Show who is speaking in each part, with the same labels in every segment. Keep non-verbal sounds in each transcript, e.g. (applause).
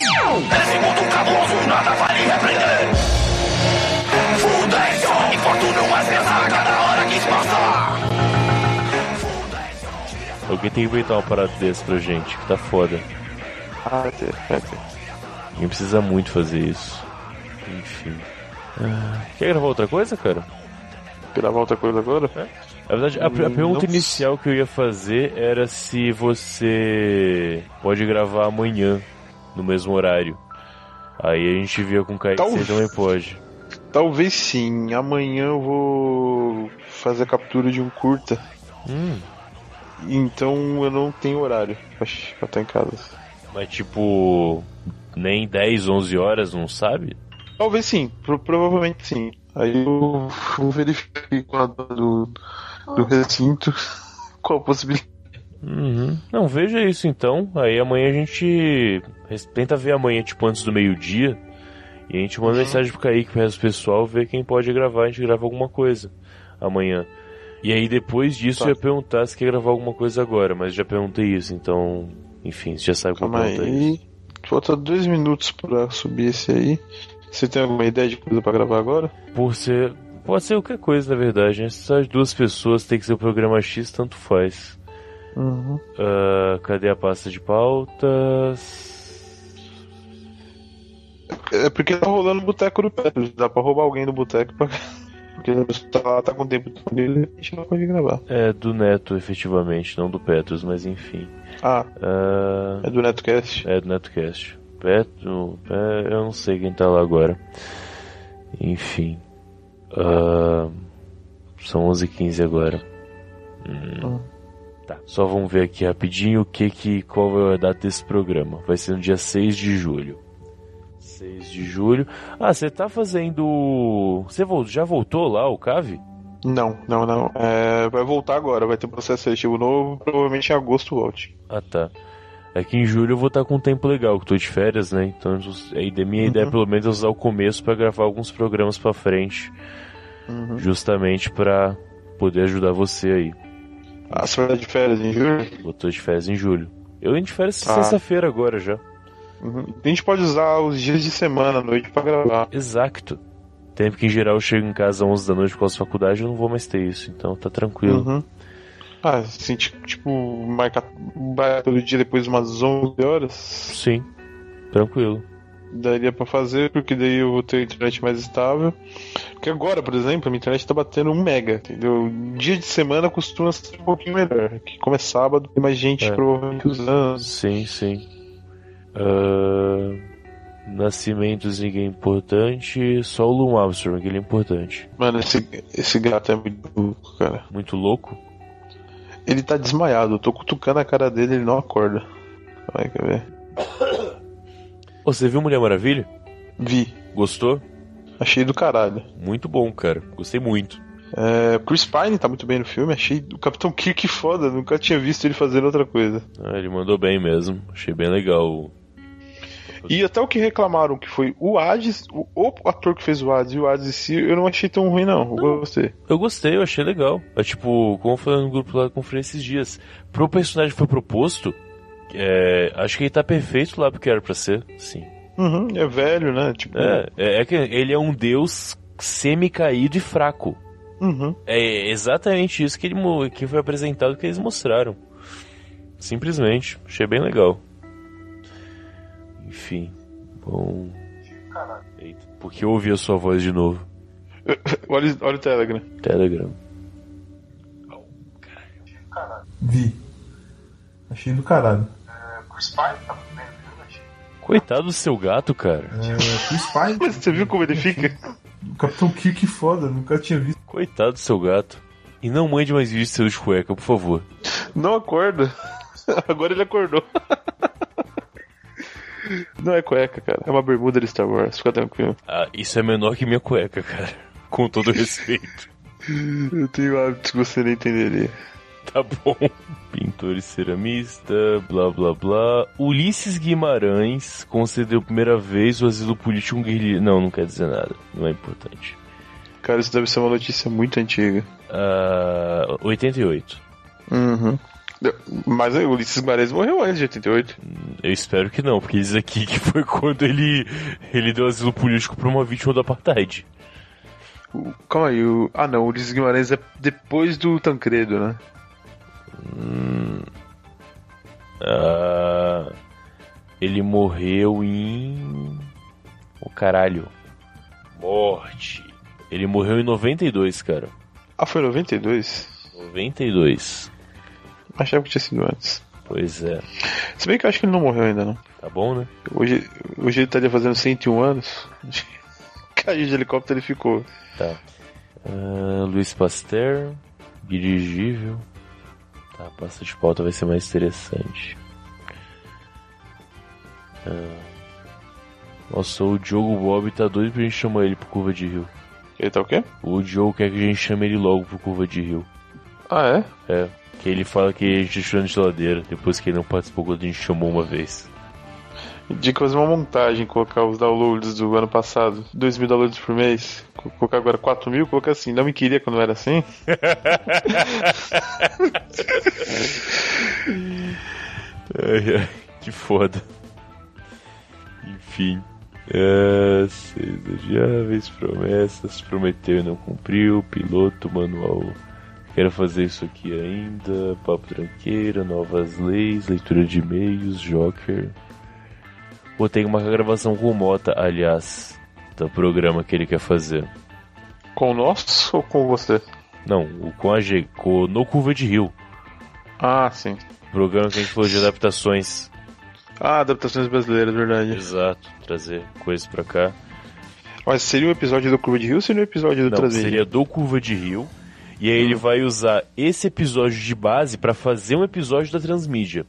Speaker 1: não! Nesse mundo cabuloso nada vale repreender! Fudêncio! Infortúnio mais pesado cada hora que esforça!
Speaker 2: Alguém tem que inventar uma parada dessa pra gente, que tá foda.
Speaker 3: Ah, vai ter, vai ter.
Speaker 2: Ninguém precisa muito fazer isso. Enfim. Ah, Quer gravar outra coisa, cara?
Speaker 3: Gravar outra coisa agora?
Speaker 2: Na verdade, a, pr- a
Speaker 3: Hum,
Speaker 2: pergunta
Speaker 3: não
Speaker 2: inicial que eu ia fazer era se você pode gravar amanhã, no mesmo horário. Aí a gente via com o Kaique
Speaker 3: Talvez.
Speaker 2: você também pode.
Speaker 3: Talvez sim. Amanhã eu vou fazer a captura de um curta.
Speaker 2: Hum,
Speaker 3: Então eu não tenho horário pra pra estar em casa.
Speaker 2: mas tipo, nem 10, 11 horas, não sabe?
Speaker 3: Talvez sim, pro- provavelmente sim. Aí eu vou verificar aqui com a dona do, do recinto (laughs) qual a possibilidade.
Speaker 2: Uhum. Não, veja isso então. Aí amanhã a gente res- tenta ver amanhã, tipo, antes do meio-dia. E a gente
Speaker 3: Uhum.
Speaker 2: manda mensagem pro Kaique, pro resto do pessoal, ver quem pode gravar. A gente grava alguma coisa amanhã. E aí depois disso
Speaker 3: Tá.
Speaker 2: eu ia perguntar se quer gravar alguma coisa agora, mas já perguntei isso, então. Enfim, você já sabe é como
Speaker 3: Calma
Speaker 2: pergunta Tá isso.
Speaker 3: aí. Falta dois minutos pra subir esse aí. Você tem alguma ideia de coisa pra gravar agora?
Speaker 2: Por ser. Pode ser qualquer coisa, na verdade, né? Essas duas pessoas tem que ser o programa X, tanto faz.
Speaker 3: Uhum.
Speaker 2: Ah, cadê a pasta de pautas?
Speaker 3: É porque tá rolando o boteco do Petro. Dá pra roubar alguém do boteco pra. (laughs) Porque a pessoa tá lá, tá com tempo disponível e a gente não pode gravar.
Speaker 2: É, do Neto, efetivamente, não do Petros, mas enfim.
Speaker 3: Ah,
Speaker 2: Ah,
Speaker 3: é do Netcast.
Speaker 2: é do NetoCast. Petro, é, eu não sei quem tá lá agora. Enfim. Ah, são 11h15 agora. Hum. Tá, só vamos ver aqui rapidinho o que que, qual vai a data desse programa. Vai ser no dia 6 de julho. 6 de julho. Ah, você tá fazendo... Você vol- já voltou lá, o Cave?
Speaker 3: Não, não, não. É, vai voltar agora, vai ter processo seletivo novo, provavelmente em agosto volte.
Speaker 2: Ah, tá. É que em julho eu vou estar com um tempo legal, que eu tô de férias, né? Então a ide- minha ideia pelo menos é usar o começo pra gravar alguns programas pra frente, Uhum. justamente pra poder ajudar você aí.
Speaker 3: Ah, você vai dar de férias em julho?
Speaker 2: Eu tô de férias em julho. Eu indo de férias
Speaker 3: Tá.
Speaker 2: sexta-feira agora já.
Speaker 3: Uhum. A gente pode usar os dias de semana à noite pra gravar.
Speaker 2: Exato. Tempo que em geral eu chego em casa às 11 da noite com as faculdades, eu não vou mais ter isso, então tá tranquilo.
Speaker 3: Uhum. Ah, assim, ti- tipo, marcar vai todo dia depois de umas 11 horas,
Speaker 2: Sim, tranquilo.
Speaker 3: daria pra fazer, porque daí eu vou ter internet mais estável. Porque agora, por exemplo, a minha internet tá batendo 1 mega, entendeu? Dia de semana costuma ser um pouquinho melhor. Que como é sábado, tem mais gente
Speaker 2: É.
Speaker 3: provavelmente usando.
Speaker 2: Sim, sim. Ah, nascimentos, ninguém é importante. Só o Lum Armstrong, ele é importante.
Speaker 3: Mano, esse, esse gato é muito louco, cara.
Speaker 2: Muito louco?
Speaker 3: Ele tá desmaiado, eu tô cutucando a cara dele, ele não acorda. Vai, quer ver?
Speaker 2: Ô, Você viu Mulher Maravilha?
Speaker 3: Vi,
Speaker 2: Gostou?
Speaker 3: achei do caralho.
Speaker 2: Muito bom, cara. Gostei muito.
Speaker 3: É, Chris Pine tá muito bem no filme, achei o Capitão Kirk foda, nunca tinha visto ele fazendo outra coisa.
Speaker 2: Ah, ele mandou bem mesmo. Achei bem legal.
Speaker 3: E até o que reclamaram que foi o Hades, o, o ator que fez o Hades e o Hades em si, eu não achei tão ruim não, eu gostei.
Speaker 2: Eu gostei, eu achei legal. É tipo, como eu falei no grupo lá da conferência esses dias, pro personagem que foi proposto, é, acho que ele tá perfeito lá porque era pra ser. Sim.
Speaker 3: Uhum, é velho, né? Tipo,
Speaker 2: É, é, é que ele é um deus semi-caído e fraco.
Speaker 3: uhum.
Speaker 2: É exatamente isso que, ele, mo- que foi apresentado que eles mostraram. Simplesmente. Achei bem legal. Enfim. Bom. Eita, porque eu ouvi a sua voz de novo.
Speaker 3: Olha, olha o Telegram.
Speaker 2: Telegram.
Speaker 4: Vi. Achei do caralho.
Speaker 2: Coitado do seu gato, cara.
Speaker 4: É, Chris
Speaker 3: (laughs)
Speaker 4: Pine,
Speaker 3: Você viu como ele fica?
Speaker 4: o Capitão Kirk foda, nunca tinha visto.
Speaker 2: Coitado do seu gato. E não mande mais vídeos seus de cueca, por favor.
Speaker 3: Não acorda. (laughs) Agora ele acordou. Não é cueca, cara. É uma bermuda de Star Wars, fica tranquilo.
Speaker 2: Ah, isso é menor que minha cueca, cara. Com todo respeito.
Speaker 3: Eu tenho hábitos que você não entenderia.
Speaker 2: Tá bom. Pintor e ceramista, blá blá blá. Ulisses Guimarães concedeu primeira vez o asilo político a um guerrilheiro. Não, não quer dizer nada. Não é importante.
Speaker 3: Cara, isso deve ser uma notícia muito antiga.
Speaker 2: Ah, 88.
Speaker 3: Uhum. Mas o Ulisses Guarez morreu antes de 88.
Speaker 2: Eu espero que não, porque diz aqui que foi quando ele, ele deu asilo político pra uma vítima do apartheid.
Speaker 3: O- Calma aí, o... ah não, o Ulisses Guimarães é depois do Tancredo, né?
Speaker 2: Ah, ele morreu em. O caralho. Morte. Ele morreu em 92, cara.
Speaker 3: Ah, foi em 92?
Speaker 2: 92.
Speaker 3: Achava que tinha sido antes.
Speaker 2: Pois é.
Speaker 3: Se bem que eu acho que ele não morreu ainda, não.
Speaker 2: Tá bom, né?
Speaker 3: Hoje, hoje ele estaria fazendo 101 anos. (laughs) Caiu de helicóptero ele ficou.
Speaker 2: Tá. Ah, Luiz Pasteur. Dirigível. Tá, passa de pauta vai ser mais interessante. Ah, nossa, o Diogo Bob tá doido pra gente chamar ele pro Curva de Rio.
Speaker 3: Ele tá o quê?
Speaker 2: O Diogo quer que a gente chame ele logo pro Curva de Rio.
Speaker 3: Ah, é?
Speaker 2: É, que ele fala que a gente deixou na geladeira depois que ele não participou quando a gente chamou uma vez.
Speaker 3: De fazer uma montagem, colocar os downloads do ano passado, 2 mil downloads por mês, co- colocar agora 4 mil, colocar assim, não me queria quando era assim.
Speaker 2: Ai, ai, que foda. Enfim. É, seis odiáveis, promessas, prometeu e não cumpriu, piloto, manual. Quero fazer isso aqui ainda, papo tranqueira, novas leis, leitura de e-mails, Joker. Pô, tem uma gravação com o Mota, aliás, do programa que ele quer fazer.
Speaker 3: Com o nosso ou com você?
Speaker 2: Não, o com a G, com, no Curva de Rio.
Speaker 3: Ah, sim.
Speaker 2: Programa que a gente falou de adaptações.
Speaker 3: Ah, adaptações brasileiras, verdade.
Speaker 2: Exato, trazer coisas pra cá.
Speaker 3: Mas seria um episódio do Clube de Rio ou seria um episódio do
Speaker 2: Não,
Speaker 3: Trazer? Hum.
Speaker 2: seria do Curva de Rio. E aí ele vai usar esse episódio de base pra fazer um episódio da transmídia.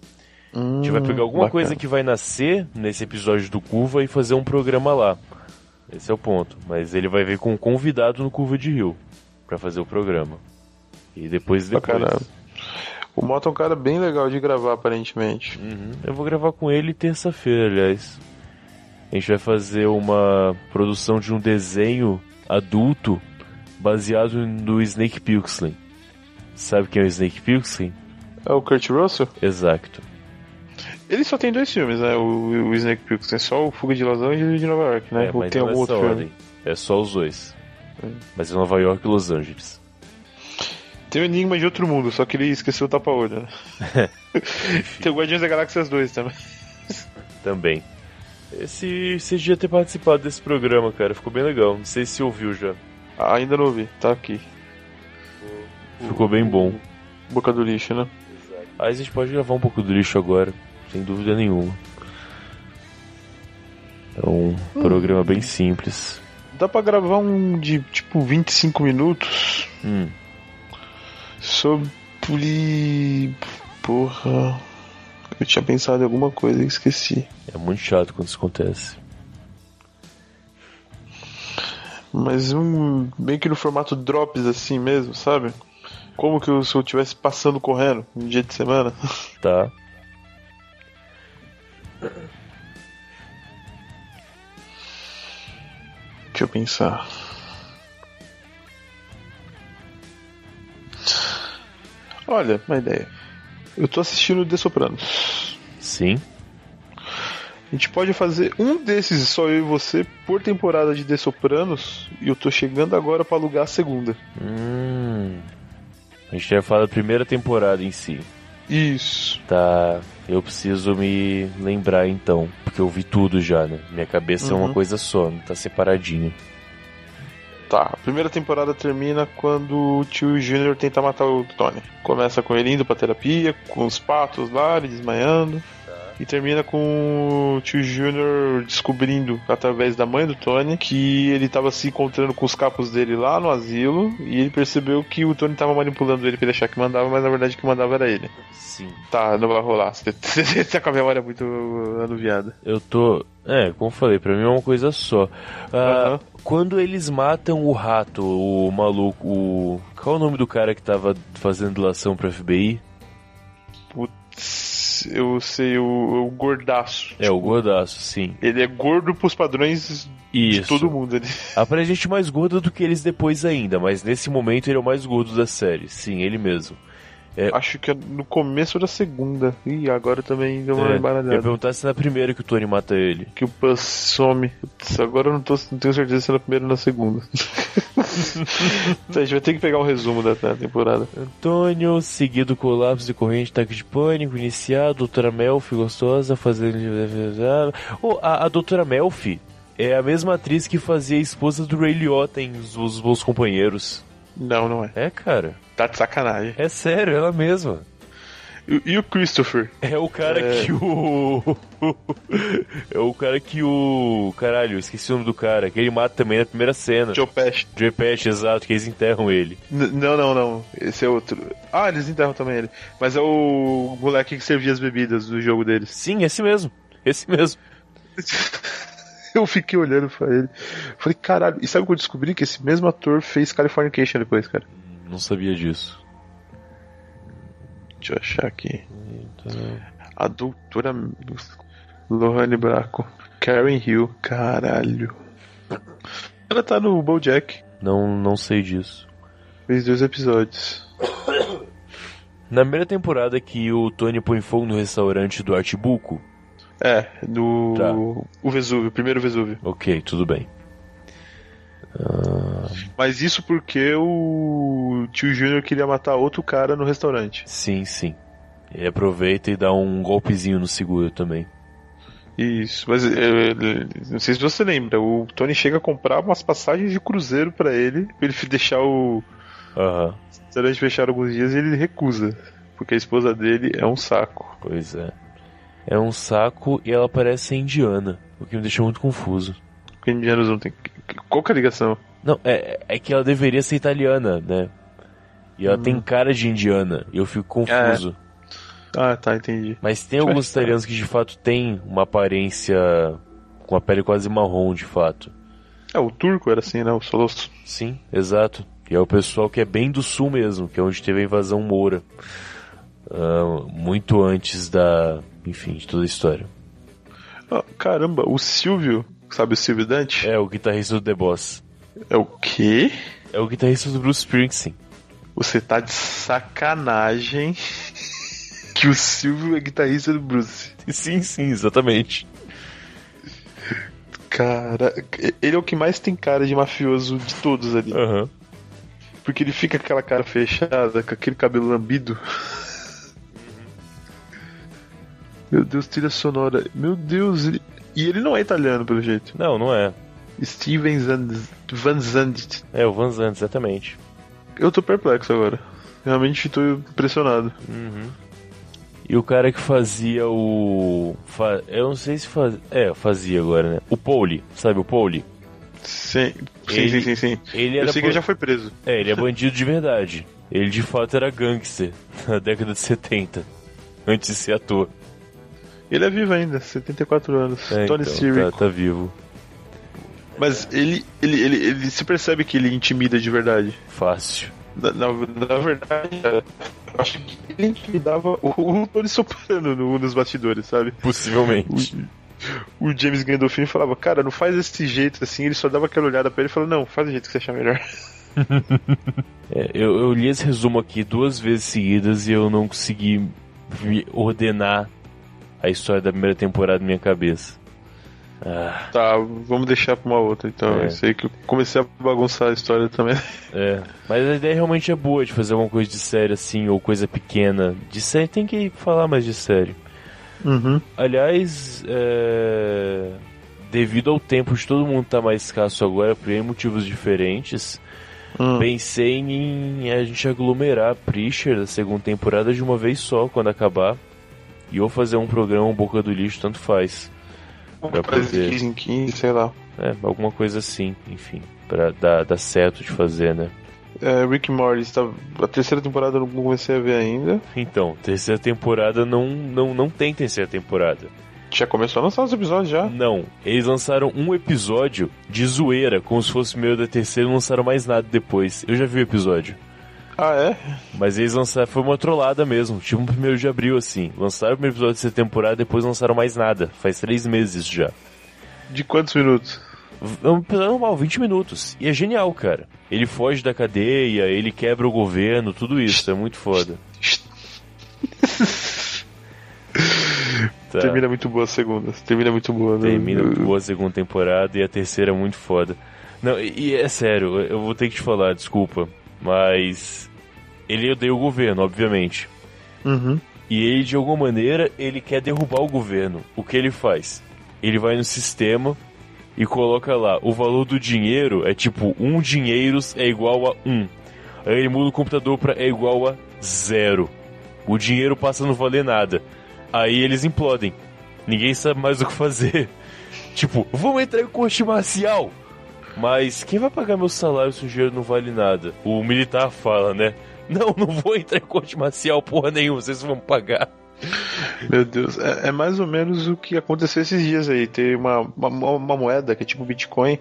Speaker 3: Hum,
Speaker 2: a gente vai pegar alguma
Speaker 3: bacana.
Speaker 2: coisa que vai nascer nesse episódio do Curva e fazer um programa lá. Esse é o ponto. Mas ele vai vir com um convidado no Curva de Rio pra fazer o programa. E depois depois.
Speaker 3: Bacana. O Mota é um cara bem legal de gravar, aparentemente.
Speaker 2: Uhum. Eu vou gravar com ele terça-feira, aliás. A gente vai fazer uma produção de um desenho adulto baseado no Snake Pixley. Sabe quem é o Snake Pixley?
Speaker 3: É o Kurt Russell?
Speaker 2: Exato.
Speaker 3: Ele só tem dois filmes, né? O, o Snake Pixel. É só o Fuga de Los Angeles e o de Nova York, né?
Speaker 2: é,
Speaker 3: Ou
Speaker 2: mas
Speaker 3: tem
Speaker 2: não
Speaker 3: algum
Speaker 2: nessa
Speaker 3: outro filme?
Speaker 2: ordem. É só os dois. Mas é Nova York e Los Angeles.
Speaker 3: Tem o Enigma de Outro Mundo, só que ele esqueceu
Speaker 2: (laughs)
Speaker 3: o tapa-olho, né? tem o Guardiões da Galáxia 2 também.
Speaker 2: Também. Esse, você devia ter participado desse programa, cara. Ficou bem legal. Não sei se você ouviu já.
Speaker 3: Ah, ainda não ouvi, tá aqui.
Speaker 2: Ficou bem bom.
Speaker 3: Boca do lixo, né?
Speaker 2: Aí a gente pode gravar um pouco do lixo agora, sem dúvida nenhuma. É um programa bem simples.
Speaker 3: Dá pra gravar um de tipo 25 minutos
Speaker 2: Hum,
Speaker 3: sobre. Porra. Eu tinha pensado em alguma coisa e esqueci.
Speaker 2: é muito chato quando isso acontece.
Speaker 3: Mas um meio que no formato drops assim mesmo, sabe? Como que eu, se eu estivesse passando correndo um dia de semana? (laughs)
Speaker 2: Tá?
Speaker 3: Deixa eu pensar. Olha, uma ideia. Eu tô assistindo The Sopranos.
Speaker 2: Sim.
Speaker 3: A gente pode fazer um desses, só eu e você, por temporada de The Sopranos. E eu tô chegando agora pra alugar a segunda.
Speaker 2: Hum. A gente vai falar da primeira temporada em si.
Speaker 3: Isso.
Speaker 2: Tá. Eu preciso me lembrar então. Porque eu vi tudo já, né? Minha cabeça é uma
Speaker 3: Uhum.
Speaker 2: coisa só, não tá separadinho.
Speaker 3: Tá, a primeira temporada termina quando o tio Júnior tenta matar o Tony. Começa com ele indo pra terapia, com os patos lá, ele desmaiando. E termina com o tio Júnior descobrindo, através da mãe do Tony, que ele tava se encontrando com os capos dele lá no asilo. E ele percebeu que o Tony tava manipulando ele pra ele achar que mandava, mas na verdade que mandava era ele.
Speaker 2: Sim.
Speaker 3: Tá, não vai rolar. Você (laughs) você tá com a memória muito anuviada.
Speaker 2: Eu tô. É, como eu falei, pra mim é uma coisa só. Ah,
Speaker 3: Aham.
Speaker 2: Quando eles matam o rato, o maluco. O... Qual é o nome do cara que tava fazendo delação pro FBI?
Speaker 3: Putz, eu sei, o, o gordaço.
Speaker 2: É, o gordaço, sim.
Speaker 3: Ele é gordo pros padrões
Speaker 2: Isso.
Speaker 3: de todo mundo ali.
Speaker 2: Aparece gente é mais gordo do que eles depois ainda, mas nesse momento ele é o mais gordo da série. Sim, ele mesmo. É.
Speaker 3: (laughs) Acho que é no começo da segunda. Ih, agora também deu uma
Speaker 2: É, eu ia
Speaker 3: embaralhada.
Speaker 2: perguntar se na primeira que o Tony mata ele.
Speaker 3: Que o Puss some. Putz, Agora eu não, tô, não tenho certeza se é na primeira ou
Speaker 2: (laughs)
Speaker 3: na segunda. então, a gente vai ter que pegar o resumo da, da temporada.
Speaker 2: Antônio, seguido colapso de corrente, ataque de pânico, iniciado, doutora Melfi gostosa, fazendo... Oh, a, a doutora Melfi é a mesma atriz que fazia a esposa do Ray Liotta em Os, Os Bons Companheiros.
Speaker 3: Não, não é.
Speaker 2: É, cara.
Speaker 3: Tá de sacanagem.
Speaker 2: É sério, ela mesma.
Speaker 3: E, e o Christopher?
Speaker 2: É o cara
Speaker 3: É.
Speaker 2: que o... (laughs) é o cara que o... Caralho, esqueci o nome do cara. Que ele mata também na primeira cena.
Speaker 3: Joe Pesci.
Speaker 2: Joe Pesci, exato, que eles enterram ele.
Speaker 3: N- Não, não, não. Esse é outro. Ah, eles enterram também ele. Mas é o moleque que servia as bebidas do jogo deles. (laughs)
Speaker 2: Sim, esse mesmo. Esse mesmo.
Speaker 3: Eu fiquei olhando pra ele. Falei, caralho. E sabe o que eu descobri? Que esse mesmo ator fez Californication depois, cara.
Speaker 2: Não sabia disso.
Speaker 3: Deixa eu achar aqui. A doutora Lohane Braco. Karen Hill. Caralho. Ela tá no Bojack.
Speaker 2: Não, não sei disso.
Speaker 3: Fez dois episódios.
Speaker 2: Na primeira temporada que o Tony põe fogo no restaurante do Artibuco,
Speaker 3: É, do.
Speaker 2: Tá.
Speaker 3: O Vesúvio, o primeiro Vesúvio.
Speaker 2: ok, tudo bem.
Speaker 3: Mas isso porque o tio Júnior queria matar outro cara no restaurante.
Speaker 2: Sim, sim. Ele aproveita e dá um golpezinho no seguro também.
Speaker 3: Isso, mas é, é, não sei se você lembra, o Tony chega a comprar umas passagens de cruzeiro pra ele, pra ele deixar o
Speaker 2: Aham,
Speaker 3: restaurante fechar alguns dias e ele recusa, porque a esposa dele é um saco.
Speaker 2: pois é. É um saco e ela parece ser indiana, o que me deixou muito confuso.
Speaker 3: Porque indianos não tem. Qual que é a ligação?
Speaker 2: Não, é, é que ela deveria ser italiana, né? E ela tem cara de indiana, e eu fico confuso.
Speaker 3: Ah, tá, entendi.
Speaker 2: Mas tem alguns
Speaker 3: Deixa eu
Speaker 2: italianos que de fato têm uma aparência com a pele quase marrom, de fato.
Speaker 3: É, o turco era assim, né? O Solosso.
Speaker 2: Sim, exato. E é o pessoal que é bem do sul mesmo, que é onde teve a invasão moura. Ah, muito antes da. Enfim, de toda a história.
Speaker 3: Ah, caramba, o Silvio, sabe o Silvio Dante?
Speaker 2: É o guitarrista do The Boss.
Speaker 3: é o quê?
Speaker 2: É o guitarrista do Bruce Springsteen.
Speaker 3: Você tá de sacanagem (laughs) que o Silvio é guitarrista do Bruce.
Speaker 2: (laughs) Sim, sim, exatamente.
Speaker 3: Cara, ele é o que mais tem cara de mafioso de todos ali.
Speaker 2: Aham.
Speaker 3: Porque ele fica com aquela cara fechada, com aquele cabelo lambido. Meu Deus, trilha sonora. Meu Deus, ele... e ele não é italiano, pelo jeito.
Speaker 2: Não, não é.
Speaker 3: Steven Zand- Van Zandt.
Speaker 2: É o Van Zandt, exatamente.
Speaker 3: Eu tô perplexo agora. Realmente tô impressionado.
Speaker 2: E o cara que fazia o. fa- Eu não sei se faz... É, fazia agora, né? O Poli, sabe o Poli?
Speaker 3: Sim, sim,
Speaker 2: Ele-
Speaker 3: sim, sim, sim.
Speaker 2: Ele
Speaker 3: Eu
Speaker 2: era.
Speaker 3: sei que
Speaker 2: ban-
Speaker 3: ele já foi preso.
Speaker 2: É, ele é bandido de verdade. Ele de fato era gangster (laughs) na década de 70. Antes de ser ator.
Speaker 3: Ele é vivo ainda, 74 anos.
Speaker 2: É,
Speaker 3: Tony
Speaker 2: então,
Speaker 3: Siri.
Speaker 2: Tá, tá vivo.
Speaker 3: Mas ele, ele, ele, ele se percebe que ele intimida de verdade.
Speaker 2: Fácil.
Speaker 3: Na, na, na verdade, cara, eu acho que ele intimidava o, o Tony Soprano no- nos bastidores, sabe?
Speaker 2: Possivelmente.
Speaker 3: O James Gandolfini falava, cara, não faz esse jeito assim. Ele só dava aquela olhada pra ele e falou, não, faz do jeito que você achar melhor.
Speaker 2: É, eu, eu li esse resumo aqui duas vezes seguidas e eu não consegui me ordenar a história da primeira temporada na minha cabeça. Ah,
Speaker 3: Tá, vamos deixar pra uma outra então.
Speaker 2: É.
Speaker 3: Eu sei que eu comecei a bagunçar a história também.
Speaker 2: é. Mas a ideia realmente é boa de fazer alguma coisa de série assim, ou coisa pequena. De série tem que falar mais de série.
Speaker 3: Uhum.
Speaker 2: Aliás, é, devido ao tempo de todo mundo estar mais escasso agora, por N motivos diferentes,
Speaker 3: Hum.
Speaker 2: pensei em a gente aglomerar a Preacher da segunda temporada de uma vez só, quando acabar. E ou fazer um programa Boca do Lixo, tanto faz. Pra
Speaker 3: Faz de
Speaker 2: poder-
Speaker 3: 15 em 15, sei lá.
Speaker 2: É, alguma coisa assim, enfim, pra dar, dar certo de fazer, né?
Speaker 3: É, Rick and Morty, tá... a terceira temporada eu não comecei a ver ainda.
Speaker 2: Então, terceira temporada não, não, não tem terceira temporada.
Speaker 3: Já começou a lançar os episódios já.
Speaker 2: Não, eles lançaram um episódio de zoeira, como se fosse o meu da terceira, e não lançaram mais nada depois. Eu já vi o episódio.
Speaker 3: Ah, é?
Speaker 2: Mas eles lançaram, foi uma trollada mesmo, tipo um primeiro de abril, assim. Lançaram o primeiro episódio dessa temporada, depois lançaram mais nada. Faz três meses já.
Speaker 3: De quantos minutos?
Speaker 2: É um episódio normal, 20 minutos. E é genial, cara. Ele foge da cadeia, ele quebra o governo, tudo isso. É muito foda. Tá.
Speaker 3: Termina muito boa a segunda. Termina muito boa. né?
Speaker 2: Termina com boa a segunda temporada e a terceira é muito foda. Não, e, e é sério, eu vou ter que te falar, desculpa, mas ele odeia o governo, obviamente.
Speaker 3: Uhum.
Speaker 2: E ele, de alguma maneira, ele quer derrubar o governo. O que ele faz? Ele vai no sistema e coloca lá, o valor do dinheiro é tipo, um dinheiros é igual a um. Aí ele muda o computador pra é igual a zero. O dinheiro passa a não valer nada. Aí eles implodem. Ninguém sabe mais o que fazer. (laughs) Tipo, vamos entrar em corte marcial. Mas quem vai pagar meu salário se o dinheiro não vale nada? O militar fala, né? Não, (laughs) não vou entrar em corte marcial porra nenhuma, vocês vão pagar.
Speaker 3: Meu Deus, é, é mais ou menos o que aconteceu esses dias aí. Tem uma, uma, uma moeda que é tipo Bitcoin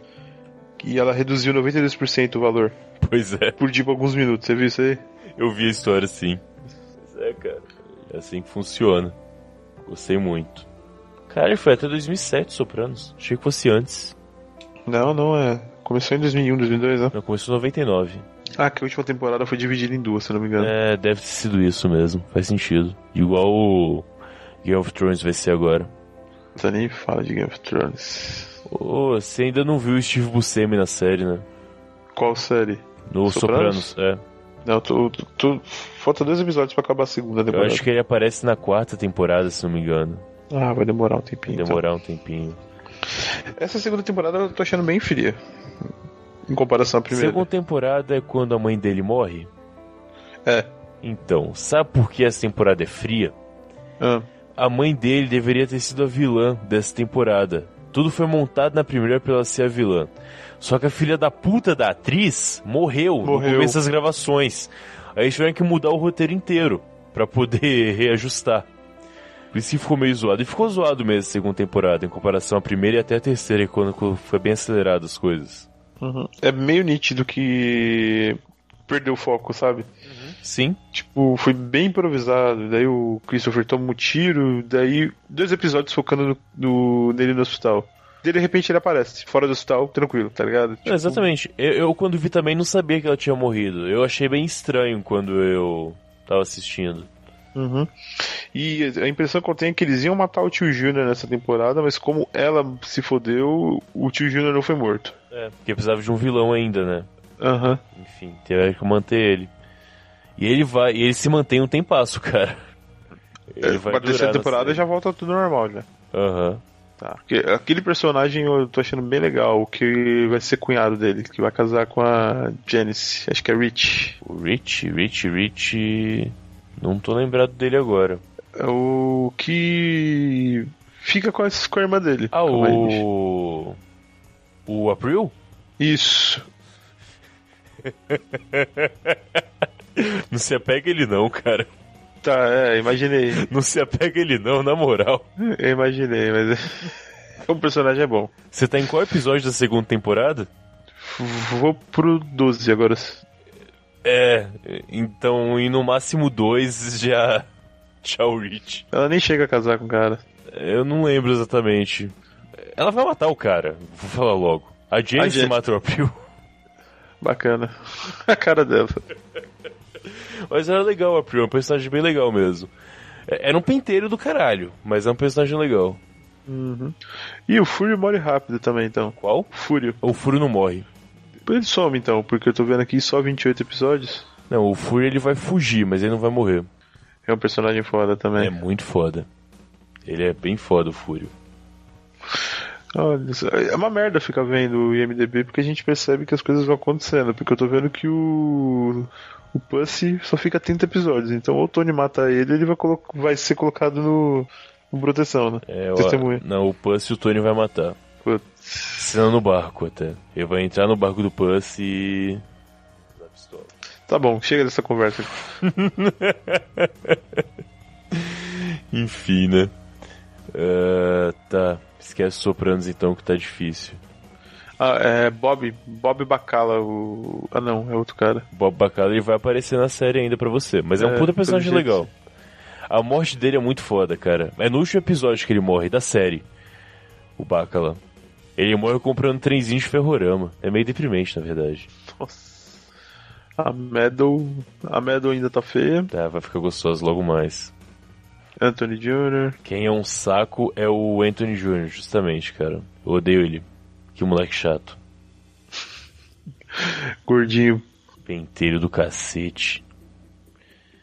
Speaker 3: e ela reduziu 92% o valor
Speaker 2: (laughs) Pois é,
Speaker 3: por tipo alguns minutos. Você viu isso aí?
Speaker 2: eu vi a história sim. Pois é, cara. É assim que funciona. Gostei muito. Cara, foi até 2007 Sopranos. Achei que fosse antes.
Speaker 3: Não, não é. Começou em 2001, 2002, né?
Speaker 2: Não, começou em 99.
Speaker 3: Ah, que a última temporada foi dividida em duas, se eu não me engano.
Speaker 2: É, deve ter sido isso mesmo. Faz sentido. Igual o Game of Thrones vai ser agora.
Speaker 3: Você nem fala de Game of Thrones.
Speaker 2: Ô, você ainda não viu o Steve Buscemi na série, né?
Speaker 3: Qual série?
Speaker 2: No Sopranos,
Speaker 3: Sopranos?
Speaker 2: é.
Speaker 3: Não, tu, tu, tu- falta dois episódios pra acabar a segunda
Speaker 2: Eu
Speaker 3: temporada.
Speaker 2: acho que ele aparece na quarta temporada, se não me engano.
Speaker 3: Ah, vai demorar um tempinho. então.
Speaker 2: Demorar um tempinho.
Speaker 3: Essa segunda temporada eu tô achando bem fria. Em comparação à primeira.
Speaker 2: Segunda temporada é quando a mãe dele morre?
Speaker 3: É.
Speaker 2: Então, sabe por que essa temporada é fria?
Speaker 3: Ah,
Speaker 2: A mãe dele deveria ter sido a vilã dessa temporada. Tudo foi montado na primeira pra ela ser a vilã. Só que a filha da puta da atriz morreu,
Speaker 3: Morreu.
Speaker 2: no começo das gravações. Aí eles tiveram que mudar o roteiro inteiro pra poder (laughs) reajustar. Por isso que ficou meio zoado. E ficou zoado mesmo a segunda temporada, em comparação à primeira e até a terceira, quando quando foi bem acelerado as coisas.
Speaker 3: uhum. É meio nítido que perdeu o foco, sabe?
Speaker 2: Sim,
Speaker 3: Tipo, foi bem improvisado. Daí o Christopher toma um tiro. Daí, dois episódios focando no, no- nele no hospital. Daí, de repente, ele aparece, fora do hospital, tranquilo, tá ligado? Tipo,
Speaker 2: Não, exatamente. Eu, eu, quando vi também, não sabia que ela tinha morrido. Eu achei bem estranho quando eu tava assistindo.
Speaker 3: Uhum. E a impressão que eu tenho é que eles iam matar o tio Júnior nessa temporada, mas como ela se fodeu, o tio Júnior não foi morto.
Speaker 2: É, porque precisava de um vilão ainda, né?
Speaker 3: Aham.
Speaker 2: Enfim, tiveram que manter ele. E ele vai, e ele se mantém um tempasso, (laughs) cara. Ele vai
Speaker 3: É,
Speaker 2: durar
Speaker 3: Pra terceira
Speaker 2: assim. na
Speaker 3: temporada
Speaker 2: série.
Speaker 3: já volta tudo normal, já.
Speaker 2: Aham.
Speaker 3: Tá. Porque aquele personagem eu tô achando bem legal, o que vai ser cunhado dele, que vai casar com a Janice, acho que é Rich.
Speaker 2: O Rich, Rich, Rich. Não tô lembrado dele agora.
Speaker 3: É o que fica com a, com a irmã dele.
Speaker 2: Ah,
Speaker 3: Com a Amy.
Speaker 2: o. O April? (laughs)
Speaker 3: Isso.
Speaker 2: Não se apega a ele não, cara.
Speaker 3: Tá,
Speaker 2: (laughs)
Speaker 3: é, imaginei.
Speaker 2: Não se apega a ele não, na moral.
Speaker 3: Eu imaginei, mas. (laughs) o personagem é bom.
Speaker 2: Você tá em qual episódio da segunda temporada?
Speaker 3: Vou pro 12 agora.
Speaker 2: É, então e no máximo dois já. (laughs) Tchau, Rich.
Speaker 3: Ela nem chega a casar com o cara.
Speaker 2: Eu não lembro exatamente. Ela vai matar o cara, vou falar logo. A Janice
Speaker 3: Jan-
Speaker 2: mata o April.
Speaker 3: Bacana. (laughs) a cara dela.
Speaker 2: (laughs) Mas era legal o April, é um personagem bem legal mesmo. É- Era um penteiro do caralho, mas é um personagem legal.
Speaker 3: E o Fúrio morre rápido também, então.
Speaker 2: Qual?
Speaker 3: O Fúrio.
Speaker 2: O Furo não morre.
Speaker 3: Ele some, então, porque eu tô vendo aqui só 28 episódios.
Speaker 2: Não, o Furo ele vai fugir, mas ele não vai morrer.
Speaker 3: É um personagem foda
Speaker 2: É,
Speaker 3: também.
Speaker 2: muito foda. Ele é bem foda, o Fúrio.
Speaker 3: Olha, só, é uma merda ficar vendo o IMDB porque a gente percebe que as coisas vão acontecendo. Porque eu tô vendo que o. O Pussy só fica 30 episódios. Então, ou o Tony mata ele, ele vai, colo- vai ser colocado no. no proteção, né?
Speaker 2: É, ó,
Speaker 3: Testemunha.
Speaker 2: não, o Puss e o Tony vai matar.
Speaker 3: Putz.
Speaker 2: Senão no barco até. Ele vai entrar no barco do Puss e. Da pistola.
Speaker 3: Tá bom, chega dessa conversa.
Speaker 2: Enfim, né? Ah, tá. Esquece Sopranos então que tá difícil.
Speaker 3: Ah, é Bob, Bob Bacala, o. Ah não, é outro cara.
Speaker 2: Bob Bacala ele vai aparecer na série ainda pra você, mas é, um
Speaker 3: É,
Speaker 2: puta
Speaker 3: pelo
Speaker 2: personagem
Speaker 3: jeito.
Speaker 2: legal. A morte dele é muito foda, cara. É no último episódio que ele morre da série. O Bacala. Ele morre comprando trenzinho de ferrorama. É meio deprimente, na verdade.
Speaker 3: Nossa. A Meadow. A Meadow ainda tá feia.
Speaker 2: Tá, vai ficar gostoso logo mais.
Speaker 3: Anthony Jr.
Speaker 2: Quem é um saco é o Anthony Jr., justamente, cara. Eu odeio ele. Que moleque chato.
Speaker 3: Gordinho.
Speaker 2: Penteiro do cacete.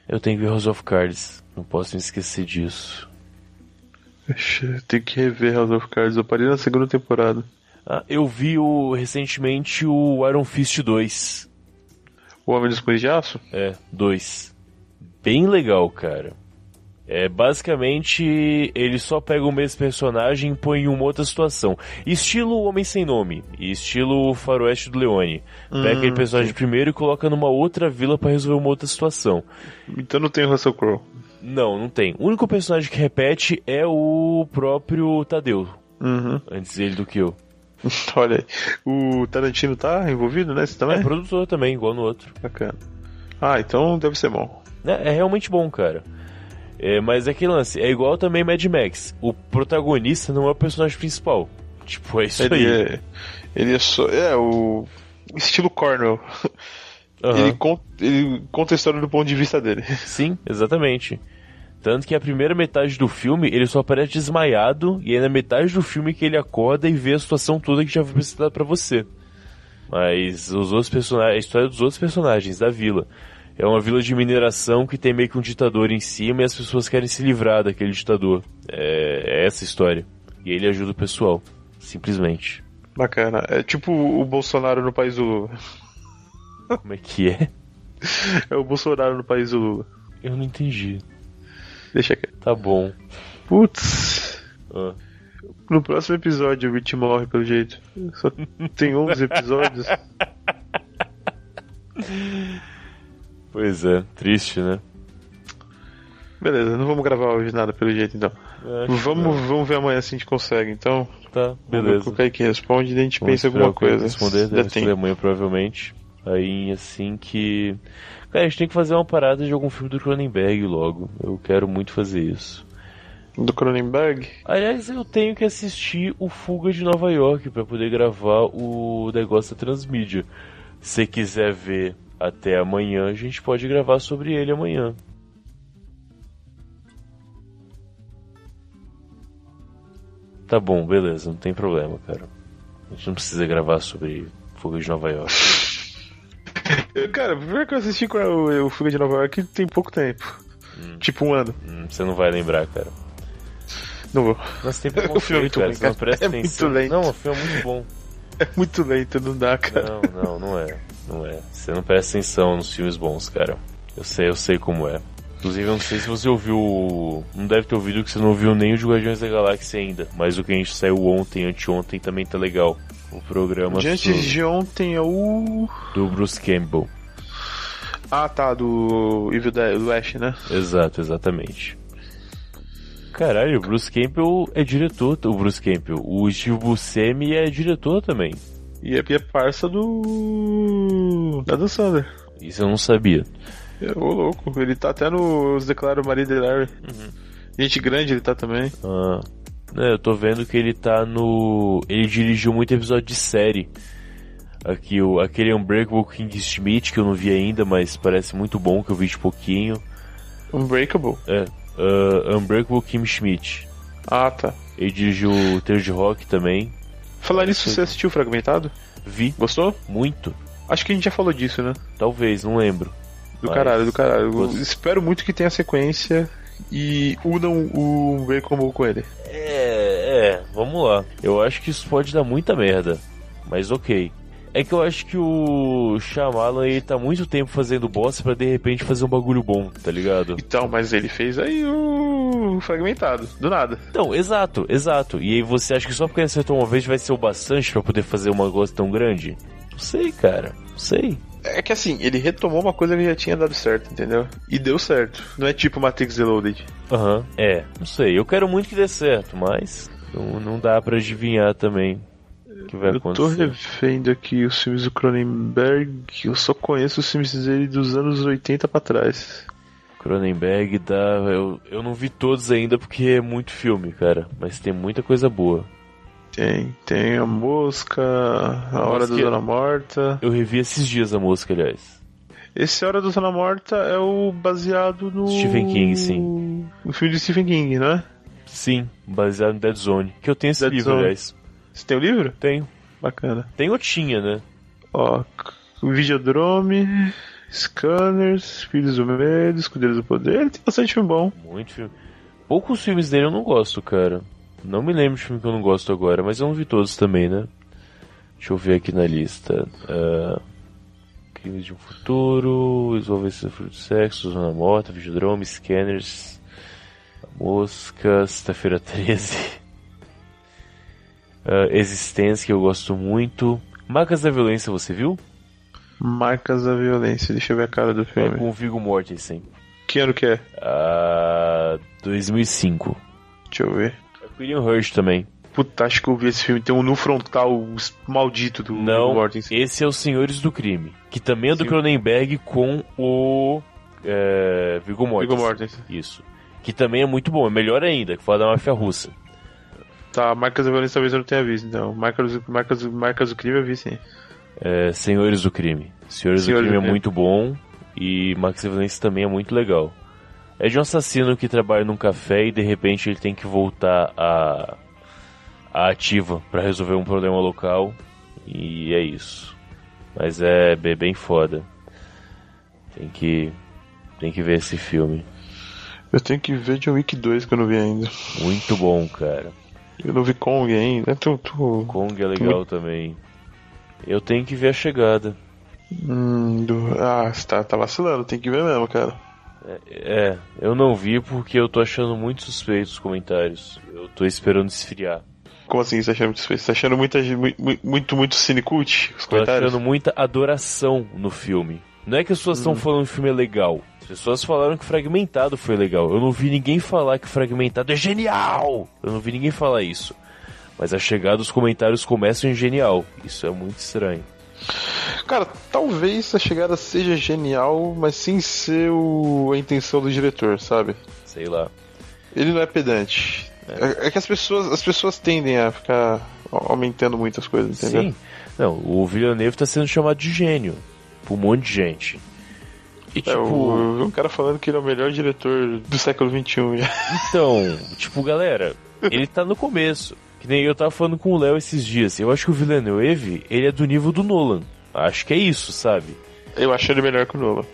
Speaker 2: Eu tenho que ver House of Cards. Não posso me esquecer disso.
Speaker 3: Ixi, Tem que rever House of Cards. Eu parei na segunda temporada.
Speaker 2: Ah, eu vi o, recentemente o Iron Fist 2.
Speaker 3: O Homem dos Punhos de Aço?
Speaker 2: É, 2. Bem legal, cara. É, basicamente, ele só pega o mesmo personagem e põe em uma outra situação. Estilo Homem Sem Nome. E estilo Faroeste do Leone. Pega aquele personagem primeiro e coloca numa outra vila pra resolver uma outra situação.
Speaker 3: Então não tem o Russell Crowe.
Speaker 2: Não, não tem. O único personagem que repete é o próprio Tadeu.
Speaker 3: Uhum.
Speaker 2: Antes ele do que eu.
Speaker 3: (laughs) Olha aí. O Tarantino tá envolvido nesse
Speaker 2: É,
Speaker 3: também?
Speaker 2: produtor também, igual no outro.
Speaker 3: Bacana. Ah, então deve ser bom.
Speaker 2: É, é realmente bom, cara. É, mas é que lance, é igual também Mad Max. O protagonista não é o personagem principal. Tipo, é isso
Speaker 3: Ele
Speaker 2: aí.
Speaker 3: é. Ele é só. É, o. Estilo Cornell. (laughs)
Speaker 2: Aham.
Speaker 3: Ele, con- ele conta a história do ponto de vista dele. (laughs)
Speaker 2: Sim, exatamente. Tanto que a primeira metade do filme ele só aparece desmaiado e é na metade do filme que ele acorda e vê a situação toda que já foi apresentada pra você. Mas os outros personagens, a história dos outros personagens da vila é uma vila de mineração que tem meio que um ditador em cima e as pessoas querem se livrar daquele ditador. É, é essa a história. E ele ajuda o pessoal,
Speaker 3: (laughs)
Speaker 2: simplesmente.
Speaker 3: Bacana. É tipo o Bolsonaro no país do Lula. (laughs)
Speaker 2: Como é que é?
Speaker 3: É o Bolsonaro no país do Lula.
Speaker 2: Eu não entendi.
Speaker 3: Deixa aqui.
Speaker 2: Tá bom.
Speaker 3: Putz.
Speaker 2: Ah.
Speaker 3: No próximo episódio o Rich morre, pelo jeito. (laughs) Só tem 11 episódios.
Speaker 2: (laughs) Pois é, triste, né?
Speaker 3: Beleza, não vamos gravar hoje nada, pelo jeito, então.
Speaker 2: Acho que
Speaker 3: Vamos, vamos ver amanhã se a gente consegue, então.
Speaker 2: não. Tá,
Speaker 3: Vamos ver
Speaker 2: beleza.
Speaker 3: com o Kaique responde e a gente
Speaker 2: Vamos
Speaker 3: pensa em
Speaker 2: esperar
Speaker 3: alguma
Speaker 2: o Kaique
Speaker 3: coisa.
Speaker 2: Responder, né?
Speaker 3: Já
Speaker 2: deve
Speaker 3: tem.
Speaker 2: responder amanhã, provavelmente. Aí, assim que. Cara, a gente tem que fazer uma parada de algum filme do Cronenberg logo. Eu quero muito fazer isso.
Speaker 3: Do Cronenberg?
Speaker 2: Aliás, eu tenho que assistir o Fuga de Nova York pra poder gravar o negócio da Transmídia. Se quiser ver até amanhã, a gente pode gravar sobre ele amanhã. Tá bom, beleza, não tem problema, cara. A gente não precisa gravar sobre Fuga de Nova York.
Speaker 3: Eu, Cara, primeiro que eu assisti com o, o Fuga de Nova York tem pouco tempo. Tipo um ano.
Speaker 2: Hum, Você não vai lembrar, cara.
Speaker 3: Não vou. (laughs)
Speaker 2: Mas tem
Speaker 3: O filme é
Speaker 2: preconceito,
Speaker 3: muito
Speaker 2: cara.
Speaker 3: ruim,
Speaker 2: Você não
Speaker 3: cara.
Speaker 2: presta
Speaker 3: É muito
Speaker 2: atenção.
Speaker 3: lento.
Speaker 2: Não, o filme é muito bom.
Speaker 3: É muito lento, não dá, cara.
Speaker 2: Não, não, não é. Não é. Você não presta atenção nos filmes bons, cara. Eu sei, eu sei como é. Inclusive, eu não sei se você ouviu. o- Não deve ter ouvido que você não ouviu nem o de Guardiões da Galáxia ainda. Mas o que a gente saiu ontem, anteontem, também tá legal. O programa
Speaker 3: Diante
Speaker 2: sobre-
Speaker 3: de ontem é o.
Speaker 2: do Bruce Campbell.
Speaker 3: Ah, tá, do Evil Dead do Ash, né?
Speaker 2: Exato, exatamente. Caralho, o Bruce Campbell é diretor. O Bruce Campbell. O Steve Buscemi é diretor também.
Speaker 3: E é, e é parça do. Da Dan Sander.
Speaker 2: Isso eu não sabia.
Speaker 3: É, Ô, louco, ele tá até no. Os Declaro Marido e Larry.
Speaker 2: Uhum.
Speaker 3: Gente grande ele tá também.
Speaker 2: Ah, né, eu tô vendo que ele tá no. Ele dirigiu muito episódio de série. Aqui, o, aquele Unbreakable King Smith que eu não vi ainda, mas parece muito bom, que eu vi de pouquinho.
Speaker 3: Unbreakable.
Speaker 2: É, ah, Unbreakable Kim Schmidt.
Speaker 3: Ah, tá.
Speaker 2: Ele dirigiu o Tales de Rock também.
Speaker 3: Falar nisso, você assistiu Fragmentado?
Speaker 2: Vi
Speaker 3: Gostou?
Speaker 2: muito,
Speaker 3: Acho que a gente já falou disso, né?
Speaker 2: talvez, não lembro.
Speaker 3: Do
Speaker 2: Mas-
Speaker 3: caralho, do caralho. Eu
Speaker 2: Gosto.
Speaker 3: Espero muito que tenha sequência e unam o Unbreakable com ele.
Speaker 2: É, é, vamos lá. Eu acho que isso pode dar muita merda, mas ok. É que eu acho que o Shyamalan, ele tá muito tempo fazendo bosta pra de repente fazer um bagulho bom, tá ligado?
Speaker 3: Então, mas ele fez aí o Fragmentado, do nada.
Speaker 2: Então, exato, exato. E aí você acha que só porque ele acertou uma vez vai ser o bastante pra poder fazer uma coisa tão grande? Não sei, cara. Não sei.
Speaker 3: É que assim, ele retomou uma coisa que já tinha dado certo, entendeu? E deu certo. Não é tipo Matrix Reloaded.
Speaker 2: Aham. É, não sei. Eu quero muito que dê certo, mas não, não dá pra adivinhar também o que vai
Speaker 3: Eu tô
Speaker 2: acontecer.
Speaker 3: revendo aqui os filmes do Cronenberg, eu só conheço os filmes dele dos anos 80 pra trás.
Speaker 2: Cronenberg tá, dá. Eu, eu não vi todos ainda porque é muito filme, cara. Mas tem muita coisa boa.
Speaker 3: Tem, tem a mosca, a hora da
Speaker 2: Mosquito.
Speaker 3: Dona Morta.
Speaker 2: Eu revi esses dias a música, aliás.
Speaker 3: Esse A Hora da Dona Morta é o baseado no.
Speaker 2: Stephen King, sim.
Speaker 3: O filme de Stephen King, né?
Speaker 2: Sim, baseado em Dead Zone. Que eu tenho esse
Speaker 3: Dead
Speaker 2: livro,
Speaker 3: Zone.
Speaker 2: aliás.
Speaker 3: Você tem o livro?
Speaker 2: Tenho.
Speaker 3: Bacana.
Speaker 2: Tenho ou tinha, né?
Speaker 3: Ó, o Videodrome, Scanners, Filhos do Medo, Escudeiros do Poder. Ele tem bastante filme bom.
Speaker 2: Muito filme. Poucos filmes dele eu não gosto, cara. Não me lembro de filme que eu não gosto agora, mas eu não vi todos também, né? Deixa eu ver aqui na lista. Ah, Crimes de um Futuro, Desenvolvência do Fruto do Sexo, Zona Morta, Videodrome, Scanners, A Mosca, Sexta-feira 13. (laughs) Ah, Existência, que eu gosto muito. Marcas da Violência, você viu?
Speaker 3: Marcas da Violência. Deixa eu ver a cara do
Speaker 2: É
Speaker 3: filme.
Speaker 2: com o Viggo Mortensen.
Speaker 3: Que ano que é?
Speaker 2: Ah, 2005.
Speaker 3: Deixa eu ver.
Speaker 2: É com o William Hirsch também.
Speaker 3: Puta, acho que eu vi esse filme. Tem um no frontal os- maldito do
Speaker 2: Não,
Speaker 3: Viggo Mortensen.
Speaker 2: esse é os Senhores do Crime, que também é do
Speaker 3: Sim.
Speaker 2: Cronenberg com o é, Viggo Mortensen.
Speaker 3: Viggo Mortensen.
Speaker 2: Isso. Que também é muito bom, é melhor ainda, que fala da máfia russa.
Speaker 3: Tá, Marcas da Violência talvez eu não tenha visto, então. Marcas, marcas, marcas do Crime eu vi sim.
Speaker 2: É, Senhores do Crime. Senhores,
Speaker 3: Senhores
Speaker 2: do
Speaker 3: do
Speaker 2: Crime é
Speaker 3: Crime.
Speaker 2: muito bom e Max Evidence também é muito legal. É de um assassino que trabalha num café e de repente ele tem que voltar à à ativa pra resolver um problema local e é isso. Mas é bem, bem foda. Tem que tem que ver esse filme.
Speaker 3: Eu tenho que ver John Wick 2 que eu não vi ainda.
Speaker 2: Muito bom, cara.
Speaker 3: Eu não vi Kong ainda. Tu, tu...
Speaker 2: Kong é legal também. Eu tenho que ver a chegada.
Speaker 3: Hum, do... Ah, você tá, tá vacilando, tem que ver mesmo, cara.
Speaker 2: É, eu não vi porque eu tô achando muito suspeito os comentários. Eu tô esperando esfriar.
Speaker 3: Como assim? Você tá achando, você tá achando muita, ge- mui- mui- muito, muito cinecult? Os
Speaker 2: Tô
Speaker 3: comentários?
Speaker 2: achando muita adoração no filme. Não é que as pessoas
Speaker 3: Hum.
Speaker 2: estão falando que o filme é legal. As pessoas falaram que Fragmentado foi legal. Eu não vi ninguém falar que Fragmentado é genial! Eu não vi ninguém falar isso. Mas a chegada dos comentários começam em genial. Isso é muito estranho.
Speaker 3: Cara, talvez a chegada seja genial, mas sem ser o... a intenção do diretor, sabe?
Speaker 2: Sei lá.
Speaker 3: Ele não é pedante. É, é que as pessoas, as pessoas tendem a ficar aumentando muito as coisas, entendeu?
Speaker 2: Sim. Não, o Villeneuve tá sendo chamado de gênio. Por um monte de gente. E
Speaker 3: É,
Speaker 2: tipo.
Speaker 3: eu vi um cara falando que ele é o melhor diretor do século um, XXI. já.
Speaker 2: Então, tipo, galera, ele tá no começo. Que nem eu tava falando com o Léo esses dias. Eu acho que o Villeneuve, ele é do nível do Nolan. Acho que é isso, sabe?
Speaker 3: (laughs) Eu acho ele melhor que o Nolan.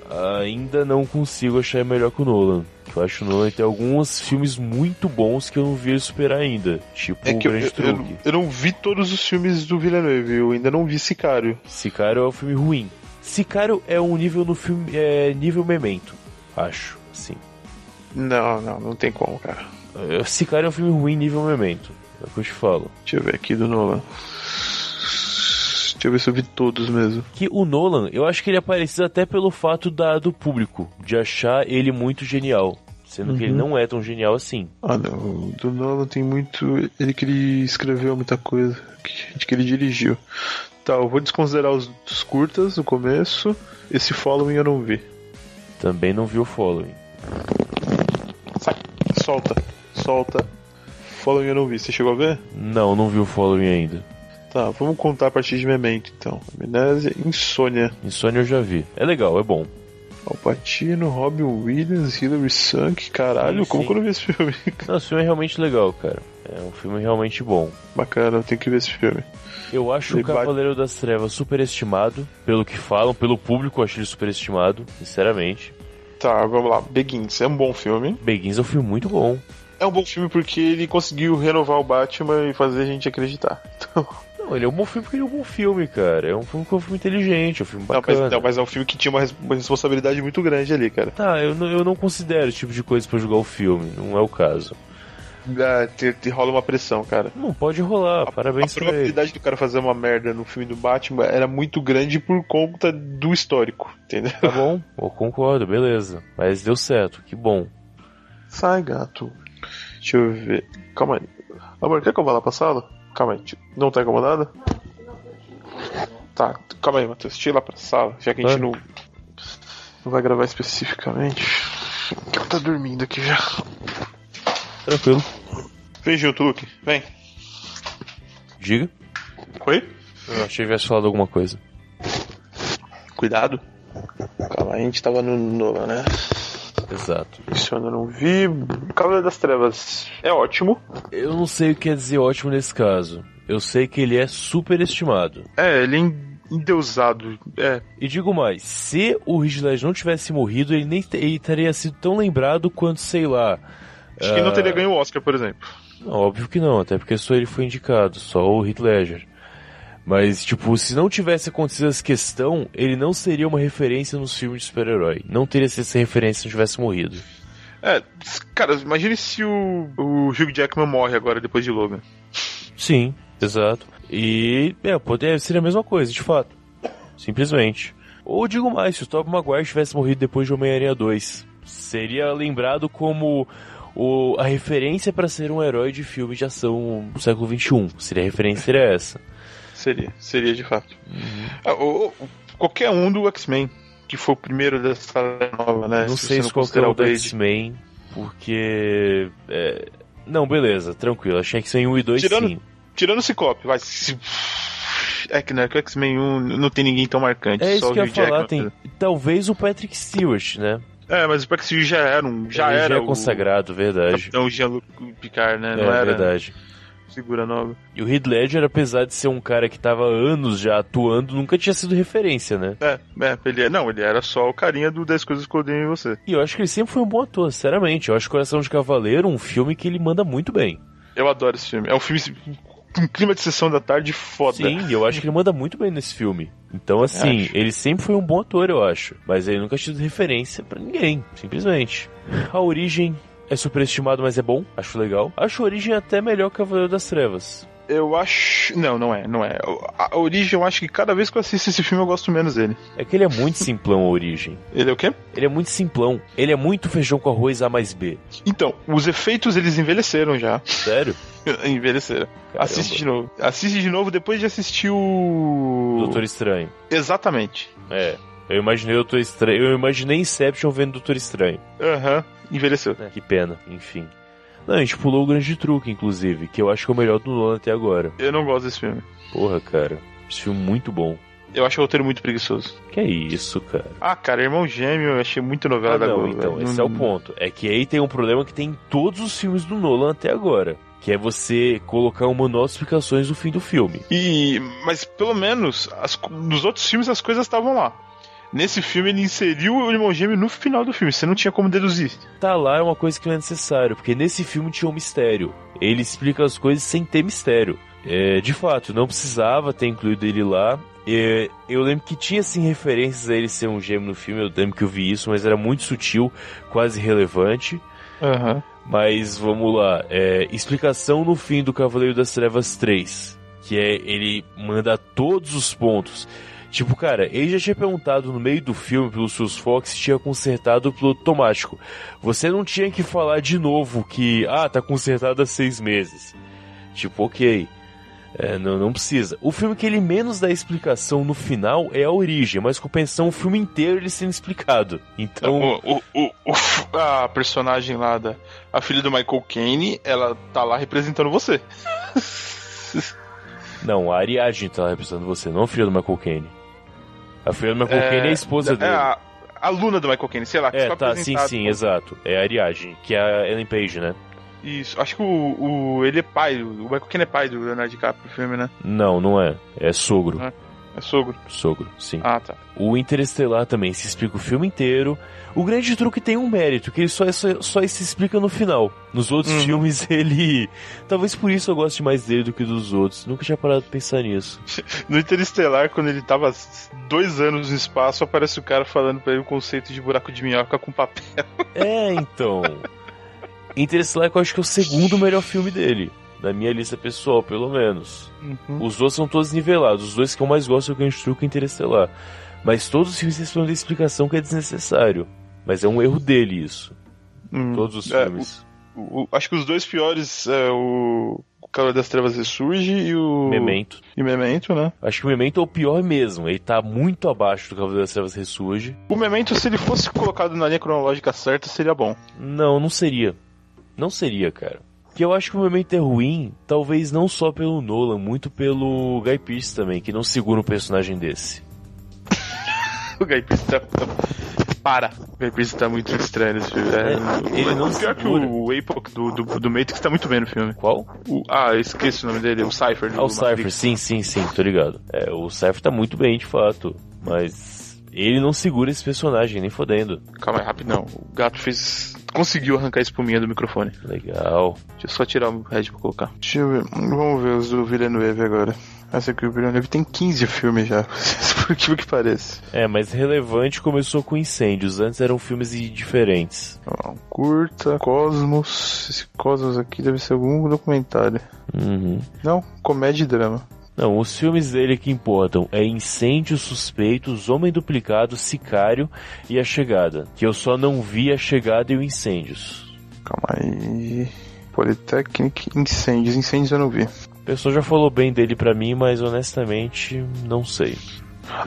Speaker 2: Ainda não consigo achar ele melhor que o Nolan. Eu acho o Nolan tem alguns filmes muito bons que eu não vi ele superar ainda. Tipo
Speaker 3: É
Speaker 2: O
Speaker 3: que eu,
Speaker 2: Grande
Speaker 3: eu-
Speaker 2: Truque.
Speaker 3: eu- eu não vi todos os filmes do Villeneuve, eu ainda não vi Sicário.
Speaker 2: Sicário é um filme ruim. Sicário é um nível no filme. É nível memento. Acho, sim.
Speaker 3: Não, não, não tem como, cara.
Speaker 2: É, Sicário é um filme ruim nível memento. É o que eu te falo.
Speaker 3: Deixa eu ver aqui do Nolan. Deixa eu ver se eu vi todos mesmo.
Speaker 2: que o Nolan, eu acho que ele é parecido até pelo fato da, do público, de achar ele muito genial. Sendo que ele não é tão genial assim.
Speaker 3: Ah, não. o Do Nolan tem muito. Ele que ele escreveu muita coisa. que- De que ele dirigiu. Tá, eu vou desconsiderar os, os curtas no começo. Esse following eu não vi.
Speaker 2: Também não viu o following.
Speaker 3: Sai. Solta. Solta. Following eu não vi. Você chegou a ver?
Speaker 2: Não, não viu o following ainda.
Speaker 3: Tá, vamos contar a partir de Memento, então. Amnésia, Insônia.
Speaker 2: Insônia eu já vi. É legal, é bom.
Speaker 3: Alpatino, Robin Williams, Hilary Sunk. Caralho,
Speaker 2: Sim,
Speaker 3: como
Speaker 2: sim.
Speaker 3: que eu não vi esse filme? (laughs)
Speaker 2: Não, esse filme é realmente legal, cara. É um filme realmente bom.
Speaker 3: Bacana, eu tenho que ver esse filme.
Speaker 2: Eu acho
Speaker 3: Ele
Speaker 2: o
Speaker 3: bate-
Speaker 2: Cavaleiro das Trevas superestimado. Pelo que falam, pelo público eu acho ele superestimado, sinceramente.
Speaker 3: Tá, vamos lá. Begins é um bom filme.
Speaker 2: Begins é um filme muito bom.
Speaker 3: É um bom filme porque ele conseguiu renovar o Batman e fazer a gente acreditar. (laughs) Então,
Speaker 2: Não, ele é um bom filme porque ele é um bom filme, cara. É um filme que é um filme inteligente, é um filme
Speaker 3: não,
Speaker 2: bacana.
Speaker 3: mas, não, mas é um filme que tinha uma, res- uma responsabilidade muito grande ali, cara.
Speaker 2: Tá, eu não, eu não considero esse tipo de coisa pra julgar o filme, não é o caso.
Speaker 3: Ah, te, te rola uma pressão, cara.
Speaker 2: Não pode rolar, parabéns
Speaker 3: a
Speaker 2: pra ele.
Speaker 3: probabilidade do cara fazer uma merda no filme do Batman era muito grande por conta do histórico, entendeu?
Speaker 2: Tá bom, eu concordo, beleza. Mas deu certo, que bom.
Speaker 3: Sai, gato. Deixa eu ver. Calma aí. Amor, quer que eu vá lá pra sala? Calma aí. tio. Não tá incomodada? Tá, calma aí, Matheus. Deixa eu ir lá pra sala, já que a gente
Speaker 2: Ah.
Speaker 3: não, não vai gravar especificamente. Ela tá dormindo aqui já.
Speaker 2: Tranquilo.
Speaker 3: Vem junto, Luke. Vem.
Speaker 2: Diga.
Speaker 3: Oi?
Speaker 2: Eu achei que tivesse falado alguma coisa.
Speaker 3: Cuidado. Calma, a gente tava no Nolan, né?
Speaker 2: Exato.
Speaker 3: Isso eu ainda não vi. Cavaleiro das Trevas é ótimo.
Speaker 2: Eu não sei o que é dizer ótimo nesse caso. Eu sei que ele é superestimado.
Speaker 3: É, ele é en- endeusado. É,
Speaker 2: E digo mais, se o Ridge Ledger não tivesse morrido, ele nem te- ele teria sido tão lembrado quanto, sei lá.
Speaker 3: acho que ele não teria ganho o Oscar, por exemplo.
Speaker 2: Não, óbvio que não, até porque só ele foi indicado, só o Heath Ledger. Mas, tipo, se não tivesse acontecido essa questão, ele não seria uma referência nos filmes de super-herói. Não teria sido essa referência se não tivesse morrido.
Speaker 3: É, cara, imagine se o, o Hugh Jackman morre agora depois de Logan.
Speaker 2: Sim, exato. E, é, poderia ser a mesma coisa, de fato. Simplesmente. Ou digo mais, se o Tobey Maguire tivesse morrido depois de Homem-Aranha 2, seria lembrado como o, a referência para ser um herói de filme de ação do século XXI. Seria a referência seria essa.
Speaker 3: Seria, seria de fato.
Speaker 2: Uhum.
Speaker 3: Ah, ou- ou qualquer um do X-Men, que foi o primeiro dessa nova, né?
Speaker 2: Não sei
Speaker 3: você
Speaker 2: É, se
Speaker 3: considerar
Speaker 2: qualquer um do
Speaker 3: Blade.
Speaker 2: X-Men, porque... é, não, beleza, tranquilo. Achei que sem 1 e 2
Speaker 3: Tirando-
Speaker 2: sim.
Speaker 3: Tirando o Ciclope, vai. se- É que né, que o X-Men 1 não tem ninguém tão marcante.
Speaker 2: É
Speaker 3: só
Speaker 2: isso
Speaker 3: o
Speaker 2: que eu
Speaker 3: Hugh
Speaker 2: ia falar,
Speaker 3: Jackman. né?
Speaker 2: tem talvez o Patrick Stewart, né?
Speaker 3: É, mas o Patrick Stewart já era um. Já
Speaker 2: Ele
Speaker 3: era
Speaker 2: já é consagrado,
Speaker 3: o
Speaker 2: verdade.
Speaker 3: Capitão Jean-Luc Picard, né? não
Speaker 2: é
Speaker 3: era
Speaker 2: verdade.
Speaker 3: figura nova.
Speaker 2: E o Heath Ledger, apesar de ser um cara que tava há anos já atuando, nunca tinha sido referência, né?
Speaker 3: É, é, ele é- não, ele era só o carinha do 10 coisas que eu odeio em você.
Speaker 2: E eu acho que ele sempre foi um bom ator, sinceramente. Eu acho Coração de Cavaleiro um filme que ele manda muito bem.
Speaker 3: Eu adoro esse filme. É um filme com um clima de sessão da tarde foda.
Speaker 2: Sim, eu acho que ele manda muito bem nesse filme. Então, assim,
Speaker 3: acho.
Speaker 2: ele sempre foi um bom ator, eu acho. Mas ele nunca tinha sido referência pra ninguém, simplesmente. A origem é superestimado, mas é bom. Acho legal. Acho a origem até melhor que Cavaleiro das Trevas.
Speaker 3: Eu acho. Não, não é, não é. A a origem, eu acho que cada vez que eu assisto esse filme eu gosto menos dele.
Speaker 2: É que ele é muito simplão, a origem.
Speaker 3: Ele é o quê?
Speaker 2: Ele é muito simplão. Ele é muito feijão com arroz A mais B.
Speaker 3: Então, os efeitos eles envelheceram já. (laughs)
Speaker 2: Sério?
Speaker 3: envelheceram.
Speaker 2: Caramba.
Speaker 3: Assiste de novo. Assiste de novo depois de assistir o.
Speaker 2: Doutor Estranho.
Speaker 3: Exatamente.
Speaker 2: É. Eu imaginei o Doutor Estranho. Eu imaginei Inception vendo Doutor Estranho.
Speaker 3: Aham, envelheceu.
Speaker 2: Que pena, enfim. Não, a gente pulou o grande truque, inclusive, que eu acho que é o melhor do Nolan até agora.
Speaker 3: Eu não gosto desse filme.
Speaker 2: Porra, cara. Esse filme é muito bom.
Speaker 3: Eu acho o roteiro muito preguiçoso.
Speaker 2: Que é isso, cara.
Speaker 3: Ah, cara, Irmão Gêmeo, eu achei muito novela
Speaker 2: Ah,
Speaker 3: da
Speaker 2: não,
Speaker 3: Globo.
Speaker 2: então,
Speaker 3: velho.
Speaker 2: esse é
Speaker 3: Não-
Speaker 2: o ponto. É que aí tem um problema que tem em todos os filmes do Nolan até agora. Que é você colocar uma manual de explicações no fim do filme.
Speaker 3: E, mas pelo menos as co- nos outros filmes as coisas estavam lá. Nesse filme ele inseriu o irmão gêmeo no final do filme, você não tinha como deduzir.
Speaker 2: Tá lá é uma coisa que não é necessário, porque nesse filme tinha um mistério. Ele explica as coisas sem ter mistério. É, de fato, não precisava ter incluído ele lá. É, eu lembro que tinha assim referências a ele ser um gêmeo no filme, eu lembro que eu vi isso, mas era muito sutil, quase relevante.
Speaker 3: Aham.
Speaker 2: Mas vamos lá, é, explicação no fim do Cavaleiro das Trevas 3, que é ele manda todos os pontos. Tipo, cara, ele já tinha perguntado no meio do filme pelo Sus Fox se tinha consertado o piloto automático. Você não tinha que falar de novo que, ah, tá consertado há seis meses. Tipo, ok. É, não, não precisa. O filme que ele menos dá explicação no final é a origem, mas compensão o filme inteiro ele sendo explicado. Então.
Speaker 3: O, o- o- o- a personagem lá da. A filha do Michael Caine, ela tá lá representando você.
Speaker 2: Não, a Ariadne tá representando você, não a filha do Michael Caine. A filha do Michael
Speaker 3: É,
Speaker 2: Caine é a esposa
Speaker 3: É
Speaker 2: dele.
Speaker 3: a aluna do Michael Caine, sei lá, que
Speaker 2: É,
Speaker 3: foi
Speaker 2: tá, sim,
Speaker 3: apresentado-
Speaker 2: sim, exato. É a Ariadne, que é a Ellen Page, né?
Speaker 3: Isso. Acho que o, o- ele é pai, o Michael Caine é pai do Leonardo DiCaprio no filme, né?
Speaker 2: Não, não é. É sogro.
Speaker 3: Ah. É sogro.
Speaker 2: Sogro, sim.
Speaker 3: Ah, tá.
Speaker 2: O Interestelar também se explica o filme inteiro. O Grande Truque tem um mérito, que ele só, só, só se explica no final. Nos outros
Speaker 3: Uhum.
Speaker 2: filmes (laughs) ele. Talvez por isso eu goste mais dele do que dos outros. Nunca tinha parado de pensar nisso.
Speaker 3: No Interestelar, quando ele tava dois anos no espaço, aparece o cara falando pra ele o conceito de buraco de minhoca com papel.
Speaker 2: É, então. Interestelar que eu acho que é o segundo melhor filme dele. Na minha lista pessoal, pelo menos.
Speaker 3: Uhum.
Speaker 2: Os dois são todos nivelados. Os dois que eu mais gosto é o Grande Truque e Interestelar. Mas todos os filmes respondem a explicação que é desnecessário. Mas é um erro dele isso.
Speaker 3: Hum.
Speaker 2: Todos os
Speaker 3: É,
Speaker 2: filmes.
Speaker 3: o- o- acho que os dois piores é o o Calor das Trevas Ressurge e o.
Speaker 2: Memento.
Speaker 3: E Memento, né?
Speaker 2: Acho que o Memento é o pior mesmo. Ele tá muito abaixo do Cavaleiro das Trevas Ressurge.
Speaker 3: O Memento, se ele fosse colocado na linha cronológica certa, seria bom.
Speaker 2: Não, não seria. Não seria, cara. que eu acho que o momento é ruim, talvez não só pelo Nolan, muito pelo Guy Pearce também, que não segura um personagem desse.
Speaker 3: (laughs) O Guy Pearce tá. tá- Para! O Guy Pearce tá muito estranho nesse filme. É,
Speaker 2: É, ele não
Speaker 3: Pior que
Speaker 2: segura.
Speaker 3: o Apoc do, do, do Matrix tá muito bem no filme.
Speaker 2: Qual?
Speaker 3: O- ah, eu esqueci o nome dele, o Cypher. do
Speaker 2: Ah, o
Speaker 3: Matrix.
Speaker 2: Cypher, sim, sim, sim, tô ligado. É, o Cypher tá muito bem, de fato, mas ele não segura esse personagem, nem fodendo.
Speaker 3: Calma aí, rapidão. O gato fez. Conseguiu arrancar a espuminha do microfone.
Speaker 2: Legal.
Speaker 3: Deixa eu só tirar o Red pra colocar. Deixa eu ver. Vamos ver os do Villeneuve agora. Essa aqui, o Villeneuve tem 15 filmes já. (laughs) Por incrível que pareça.
Speaker 2: É, mas relevante começou com incêndios, antes eram filmes i- diferentes.
Speaker 3: Ó, um Curta, Cosmos. Esse Cosmos aqui deve ser algum documentário.
Speaker 2: Uhum.
Speaker 3: Não, comédia e drama.
Speaker 2: Não, os filmes dele que importam é Incêndios Suspeitos, Homem Duplicado, Sicário e A Chegada. Que eu só não vi A Chegada e o Incêndios.
Speaker 3: Calma aí. Polytechnic, incêndios. Incêndios eu não vi.
Speaker 2: A pessoa já falou bem dele pra mim, mas honestamente, não sei.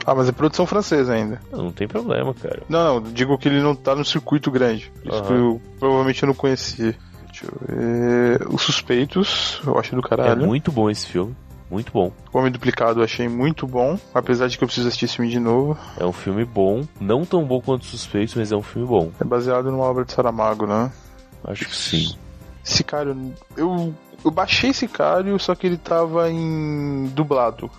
Speaker 3: Ah, mas é produção francesa ainda.
Speaker 2: Não, não tem problema, cara.
Speaker 3: Não, não, digo que ele não tá no circuito grande. Por isso que eu, provavelmente eu não conhecia. Deixa eu ver. Os Suspeitos, eu acho do
Speaker 2: É
Speaker 3: caralho.
Speaker 2: muito bom esse filme. Muito bom.
Speaker 3: O Homem Duplicado eu achei muito bom, apesar de que eu preciso assistir esse filme de novo.
Speaker 2: É um filme bom. Não tão bom quanto Suspeitos, mas é um filme bom.
Speaker 3: É baseado numa obra de Saramago, né?
Speaker 2: Acho que sim.
Speaker 3: Sicário, eu, eu baixei Sicário, só que ele tava em dublado.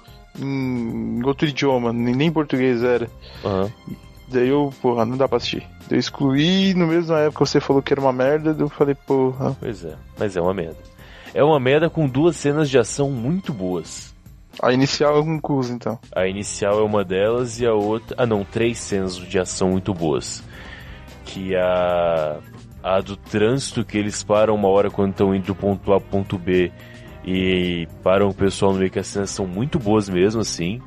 Speaker 3: Em outro idioma, nem nem em português era.
Speaker 2: Aham.
Speaker 3: Daí eu, porra, não dá pra assistir. Daí eu excluí, no mesmo na época você falou que era uma merda, daí eu falei, porra,
Speaker 2: Pois é. Mas é uma merda. É uma merda com duas cenas de ação muito boas.
Speaker 3: a inicial é conclusa então.
Speaker 2: A inicial é uma delas e a outra. Ah, não, três cenas de ação muito boas. Que a. A do trânsito que eles param uma hora quando estão indo do ponto A pro ponto B e param o pessoal no meio que as cenas são muito boas mesmo, assim.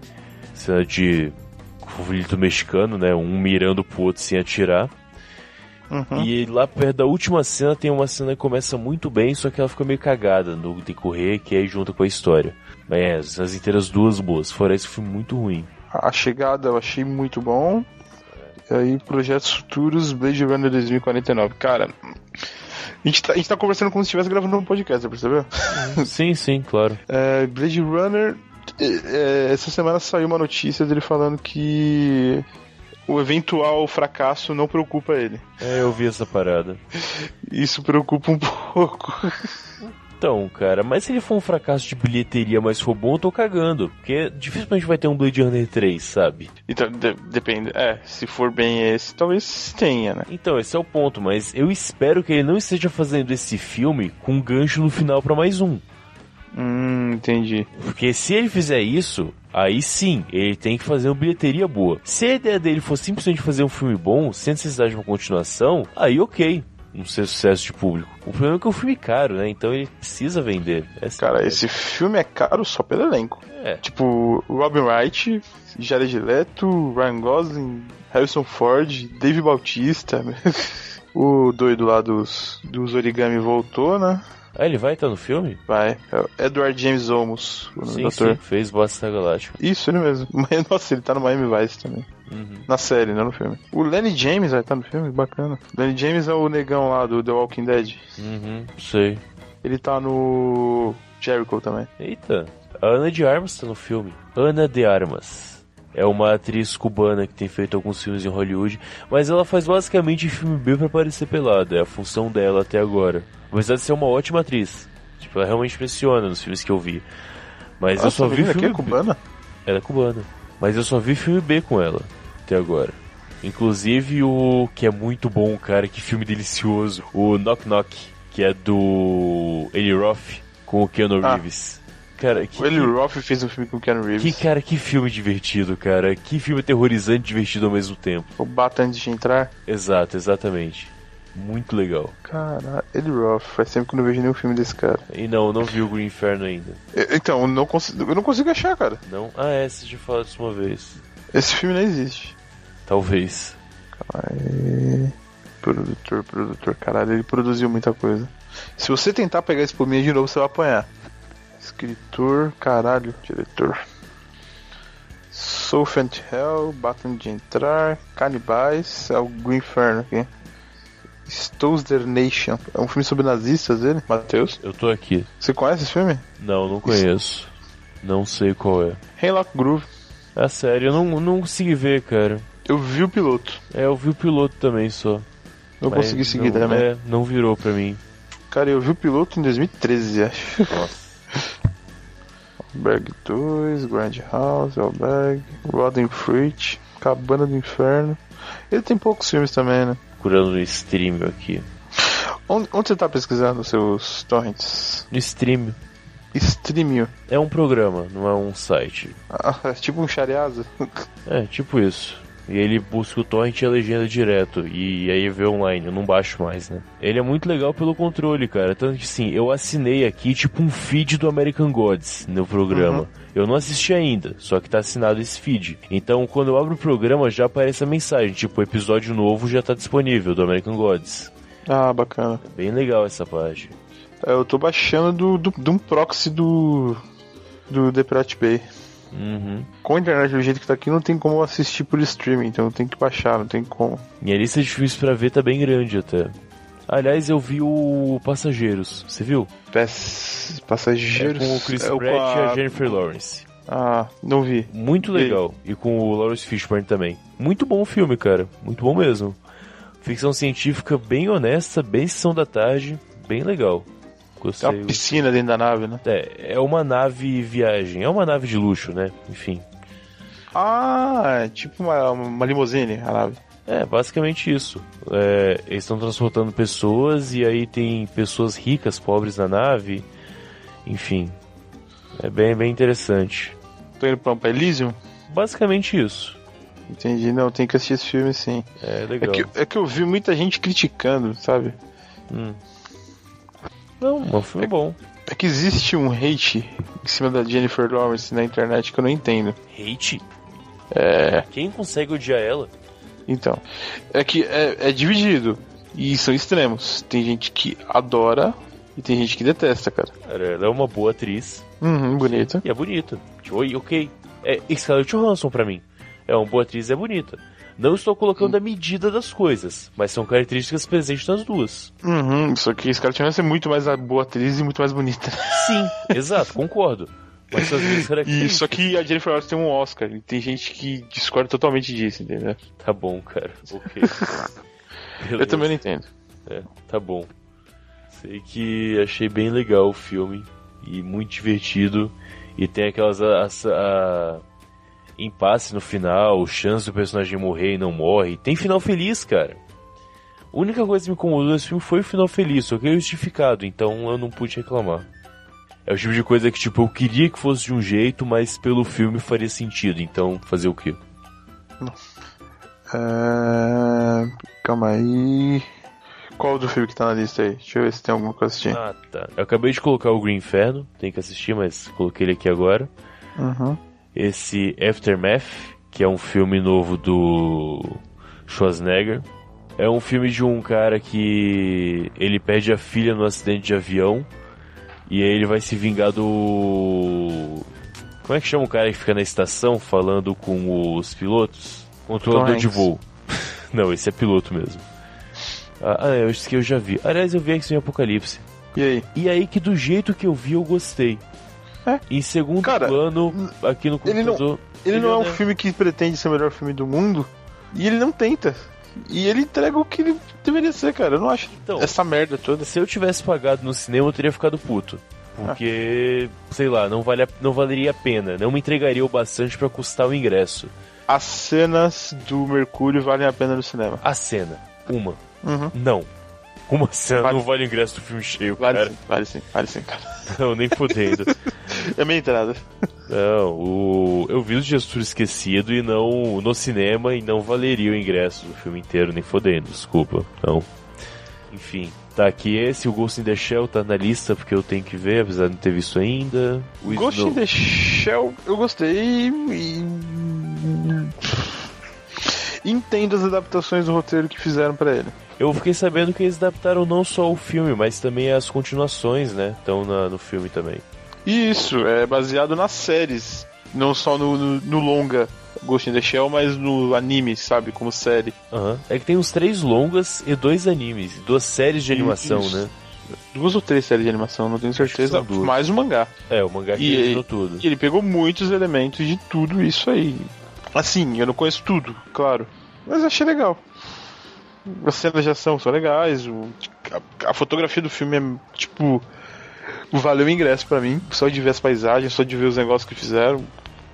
Speaker 2: Cena de conflito mexicano, né? Um mirando pro outro sem atirar.
Speaker 3: Uhum.
Speaker 2: E lá perto da última cena tem uma cena que começa muito bem, só que ela fica meio cagada no decorrer, que aí junta com a história. Mas é, as inteiras duas boas. Fora isso, foi muito ruim.
Speaker 3: A chegada eu achei muito bom. E aí, projetos futuros, Blade Runner 2049. Cara, a gente tá, a gente tá conversando como se estivesse gravando um podcast, você percebeu?
Speaker 2: Sim, sim, claro.
Speaker 3: É, Blade Runner, é, é, essa semana saiu uma notícia dele falando que o eventual fracasso não preocupa ele.
Speaker 2: É, eu vi essa parada.
Speaker 3: Isso preocupa um (laughs) pouco.
Speaker 2: Então, cara, mas se ele for um fracasso de bilheteria, mas for bom, eu tô cagando. Porque dificilmente vai ter um Blade Runner 3, sabe?
Speaker 3: Então, de- depende. É, se for bem esse, talvez tenha, né?
Speaker 2: Então, esse é o ponto, mas eu espero que ele não esteja fazendo esse filme com um gancho no final pra mais um.
Speaker 3: Hum, entendi.
Speaker 2: Porque se ele fizer isso, aí sim, ele tem que fazer uma bilheteria boa. Se a ideia dele for simplesmente fazer um filme bom, sem necessidade de uma continuação, aí ok. Um ser sucesso de público. O problema é que é um filme caro, né? Então ele precisa vender. Essa é a
Speaker 3: Cara,
Speaker 2: ideia.
Speaker 3: esse filme é caro só pelo elenco.
Speaker 2: É.
Speaker 3: Tipo, Robin Wright, Jared Leto, Ryan Gosling, Harrison Ford, Dave Bautista. (laughs) o doido lá dos, dos origami voltou, né?
Speaker 2: Ah, ele vai estar no filme?
Speaker 3: Vai. É o Edward James Olmos, o nome
Speaker 2: Sim,
Speaker 3: do ator.
Speaker 2: sim, fez Bosta Galáctica.
Speaker 3: Isso, ele mesmo. (laughs) Mas, nossa, ele tá no Miami Vice também.
Speaker 2: Uhum.
Speaker 3: Na série, não no filme. O Lenny James vai estar no filme, bacana. Lenny James é o negão lá do The Walking Dead.
Speaker 2: Uhum, sei.
Speaker 3: Ele tá no Jericho também.
Speaker 2: Eita, a Ana de Armas tá no filme. Ana de Armas. É uma atriz cubana que tem feito alguns filmes em Hollywood, mas ela faz basicamente filme B pra parecer pelada, é a função dela até agora. Apesar de ser uma ótima atriz. Tipo, ela realmente impressiona nos filmes que eu vi. Mas eu
Speaker 3: Nossa,
Speaker 2: só
Speaker 3: a
Speaker 2: vi
Speaker 3: menina aqui
Speaker 2: filme
Speaker 3: é cubana?
Speaker 2: B. Ela é cubana. Mas eu só vi filme B com ela até agora. Inclusive o que é muito bom, cara, que filme delicioso, o Knock Knock, que é do Eli Roth com o Keanu
Speaker 3: Ah.
Speaker 2: Reeves. Cara, que,
Speaker 3: O Eli Roth fez um filme com o Keanu Reeves.
Speaker 2: que cara, que filme divertido, cara. Que filme aterrorizante e divertido ao mesmo tempo.
Speaker 3: O Bata antes de entrar.
Speaker 2: Exato, exatamente. Muito legal.
Speaker 3: Caralho, Eli Roth, faz tempo que eu não vejo nenhum filme desse cara.
Speaker 2: E não, eu não vi o Green Inferno ainda.
Speaker 3: E- Então, eu não, consigo, eu não consigo achar, cara.
Speaker 2: Não? Ah, é, você já falou disso uma vez.
Speaker 3: Esse filme não existe.
Speaker 2: Talvez.
Speaker 3: É. Ai, produtor, produtor, caralho, ele produziu muita coisa. Se você tentar pegar esse pominha de novo, você vai apanhar. Escritor, caralho, diretor. Soul and Hell, Baton de Entrar, Canibais, é o Green Inferno aqui. Stones the Nation. É um filme sobre nazistas, ele? Matheus?
Speaker 2: Eu tô aqui.
Speaker 3: Você conhece esse filme?
Speaker 2: Não, não conheço. Não sei qual é.
Speaker 3: Hemlock Groove.
Speaker 2: É sério, eu não, não consegui ver, cara.
Speaker 3: Eu vi o piloto.
Speaker 2: É, eu vi o piloto também só.
Speaker 3: Não
Speaker 2: Mas
Speaker 3: consegui seguir
Speaker 2: não,
Speaker 3: também.
Speaker 2: É, não virou pra mim.
Speaker 3: É. Cara, eu vi o piloto em 2013, acho. (laughs)
Speaker 2: Nossa.
Speaker 3: Alberg 2, Grand House, Alberg, Rodden Fruit, Cabana do Inferno. Ele tem poucos filmes também, né?
Speaker 2: Procurando no stream aqui.
Speaker 3: Onde, onde você tá pesquisando os seus torrents?
Speaker 2: No stream.
Speaker 3: Streamio.
Speaker 2: É um programa, não é um site.
Speaker 3: Ah, (laughs) é tipo um Shariaza.
Speaker 2: É, tipo isso. E ele busca o torrent e a legenda direto. E aí vê online, eu não baixo mais, né? Ele é muito legal pelo controle, cara. Tanto que sim, eu assinei aqui tipo um feed do American Gods no programa. Eu não assisti ainda, só que tá assinado esse feed. Então quando eu abro o programa já aparece a mensagem, tipo, o episódio novo já tá disponível do American Gods.
Speaker 3: (laughs)
Speaker 2: É
Speaker 3: Ah, bacana.
Speaker 2: Bem legal essa parte.
Speaker 3: É, Eu tô baixando do, do, de um proxy do. do The Pirate Bay.
Speaker 2: Uhum.
Speaker 3: Com a internet do jeito que tá aqui, não tem como assistir por streaming, então tem que baixar, não tem como.
Speaker 2: Minha lista de filmes pra ver tá bem grande até. Aliás, eu vi o Passageiros, você viu?
Speaker 3: Pass...
Speaker 2: É
Speaker 3: Passageiros.
Speaker 2: com o Chris
Speaker 3: É
Speaker 2: Pratt
Speaker 3: com
Speaker 2: e a
Speaker 3: a-
Speaker 2: Jennifer Lawrence.
Speaker 3: Ah, não vi.
Speaker 2: Muito
Speaker 3: E aí?
Speaker 2: legal. E com o Lawrence Fishburne também. Muito bom o filme, cara. Muito bom mesmo. Ficção científica bem honesta, bem sessão da tarde, bem legal.
Speaker 3: Tem
Speaker 2: Gostei.
Speaker 3: uma piscina dentro da nave, né?
Speaker 2: É, é uma nave viagem, é uma nave de luxo, né? Enfim.
Speaker 3: Ah, é tipo uma, uma limusine a nave.
Speaker 2: É, basicamente isso. É, eles estão transportando pessoas e aí tem pessoas ricas, pobres na nave. Enfim. É bem, bem interessante.
Speaker 3: Tô indo pra, pra Elysium?
Speaker 2: Basicamente isso.
Speaker 3: Entendi, não, tem que assistir esse filme sim.
Speaker 2: É
Speaker 3: É
Speaker 2: legal.
Speaker 3: que, é que eu vi muita gente criticando, sabe?
Speaker 2: Hum. Não, mas um filme bom.
Speaker 3: É que existe um hate em cima da Jennifer Lawrence na internet que eu não entendo.
Speaker 2: Hate?
Speaker 3: É,
Speaker 2: Quem consegue odiar ela?
Speaker 3: então. É que é, é dividido. E são extremos. Tem gente que adora e tem gente que detesta, cara.
Speaker 2: Cara, ela é uma boa atriz
Speaker 3: Uhum, bonita.
Speaker 2: e é bonita. Tipo, oi, ok. É Scarlett Johansson pra mim. É uma boa atriz e é bonita. Não estou colocando a medida das coisas, mas são características presentes nas duas.
Speaker 3: Uhum, só que esse cara tinha que ser muito mais a boa atriz e muito mais bonita. né? (laughs)
Speaker 2: Sim, (laughs) exato, concordo. Mas são as minhas
Speaker 3: E
Speaker 2: características.
Speaker 3: só que a Jennifer Lawrence tem um Oscar e tem gente que discorda totalmente disso, entendeu?
Speaker 2: Tá bom, cara. Ok.
Speaker 3: (laughs) Eu também não entendo.
Speaker 2: Tá bom. Sei que achei bem legal o filme e muito divertido e tem aquelas a, a- a- impasse no final, chance do personagem morrer e não morre. Tem final feliz, cara. A única coisa que me incomodou nesse filme foi o final feliz, só que é justificado, então eu não pude reclamar. É o tipo de coisa que tipo eu queria que fosse de um jeito, mas pelo filme faria sentido, então fazer o quê?
Speaker 3: Ah, calma aí. Qual do filme que tá na lista aí? Deixa eu ver se tem alguma coisa assim. assistindo.
Speaker 2: Ah, tá. Eu acabei de colocar o Green Inferno, tem que assistir, mas coloquei ele aqui agora.
Speaker 3: Uhum.
Speaker 2: esse Aftermath, que é um filme novo do Schwarzenegger. É um filme de um cara que ele perde a filha no acidente de avião e aí ele vai se vingar do Como é que chama o cara que fica na estação falando com os pilotos? Controlador
Speaker 3: Tom
Speaker 2: de
Speaker 3: Hanks.
Speaker 2: voo. (laughs) Não, esse é piloto mesmo. Ah, ah, eu acho que eu já vi. Aliás, eu vi X-Men Apocalipse.
Speaker 3: E aí?
Speaker 2: E é aí que do jeito que eu vi, eu gostei.
Speaker 3: É.
Speaker 2: Em segundo
Speaker 3: Cara,
Speaker 2: plano, aqui no
Speaker 3: ele não-
Speaker 2: computador...
Speaker 3: Ele não é um
Speaker 2: Entendeu, né?
Speaker 3: filme que pretende ser o melhor filme do mundo e ele não tenta. E ele entrega o que ele deveria ser, cara. Eu não acho
Speaker 2: Então,
Speaker 3: essa merda toda.
Speaker 2: se eu tivesse pagado no cinema, eu teria ficado puto. Porque, sei lá, não, vale a- não valeria a pena. Não me entregaria o bastante pra custar o ingresso.
Speaker 3: As cenas do Mercúrio valem a pena no cinema.
Speaker 2: A cena. Uma.
Speaker 3: Uhum.
Speaker 2: Não. Uma cena
Speaker 3: Vale.
Speaker 2: não vale o ingresso do filme cheio,
Speaker 3: Vale
Speaker 2: cara. (laughs)
Speaker 3: sim, vale sim, vale sim, cara.
Speaker 2: Não, nem fudendo.
Speaker 3: É minha entrada.
Speaker 2: não, o... eu vi o Gestor Esquecido e não no cinema e não valeria o ingresso do filme inteiro, nem fodendo, desculpa. Não. Enfim, tá aqui esse, o Ghost in the Shell tá na lista porque eu tenho que ver, apesar de não ter visto ainda. O
Speaker 3: Ghost
Speaker 2: Snow-
Speaker 3: in the Shell, eu gostei e. Entendo as adaptações do roteiro que fizeram pra ele.
Speaker 2: Eu fiquei sabendo que eles adaptaram não só o filme, mas também as continuações, né? Estão na- no filme também.
Speaker 3: E isso, é baseado nas séries não só no, no, no longa Ghost in the Shell, mas no anime, sabe? Como série.
Speaker 2: Aham. É que tem uns três longas e dois animes, duas séries de animação,
Speaker 3: Isso.
Speaker 2: né?
Speaker 3: Duas ou três séries de animação, não tenho certeza.
Speaker 2: são duas.
Speaker 3: Mais um mangá.
Speaker 2: É, o mangá que
Speaker 3: E-
Speaker 2: registrou tudo.
Speaker 3: E ele pegou muitos elementos de tudo isso aí. Assim, eu não conheço tudo, claro. Mas eu achei legal. As cenas de ação são legais. o- a, a fotografia do filme é, tipo. Valeu o ingresso pra mim. Só de ver as paisagens, só de ver os negócios que fizeram.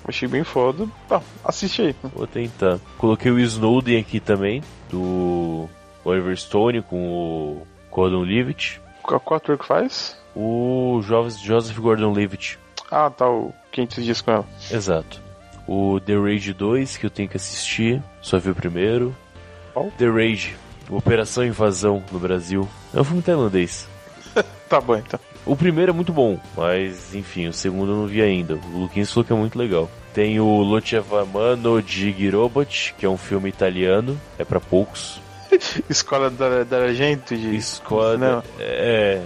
Speaker 3: Achei bem foda. Tá, assiste aí.
Speaker 2: Vou tentar. Coloquei o Snowden aqui também, do Oliver Stone com o Gordon Levitt.
Speaker 3: Qual, qual ator que faz?
Speaker 2: O jovem Joseph Gordon Levitt.
Speaker 3: Ah, tá, o 500 dias com ela.
Speaker 2: Exato. O The Rage 2, que eu tenho que assistir, só vi o primeiro.
Speaker 3: Qual?
Speaker 2: The Rage, Operação Invasão no Brasil. É um filme tailandês.
Speaker 3: Tá bom, então.
Speaker 2: O primeiro é muito bom, mas enfim, o segundo eu não vi ainda. O Luquinhos falou que é muito legal. Tem o Lotevamano de Girobot, que é um filme italiano, é pra poucos.
Speaker 3: Escola da, da gente de.
Speaker 2: Escola.
Speaker 3: Não.
Speaker 2: É,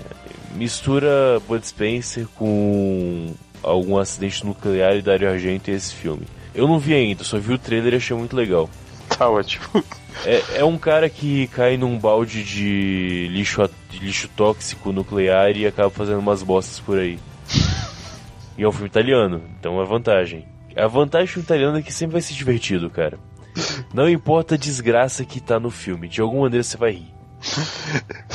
Speaker 2: mistura Bud Spencer com algum acidente nuclear e Dario Argento e esse filme. Eu não vi ainda, só vi o trailer e achei muito legal.
Speaker 3: Tá ótimo. (laughs)
Speaker 2: É, é um cara que cai num balde de lixo, a- de lixo tóxico nuclear e acaba fazendo umas bostas por aí. E é um filme italiano, então é vantagem. A vantagem do filme italiano é que sempre vai ser divertido, cara. Não importa a desgraça que tá no filme, de alguma maneira você vai rir.
Speaker 3: C-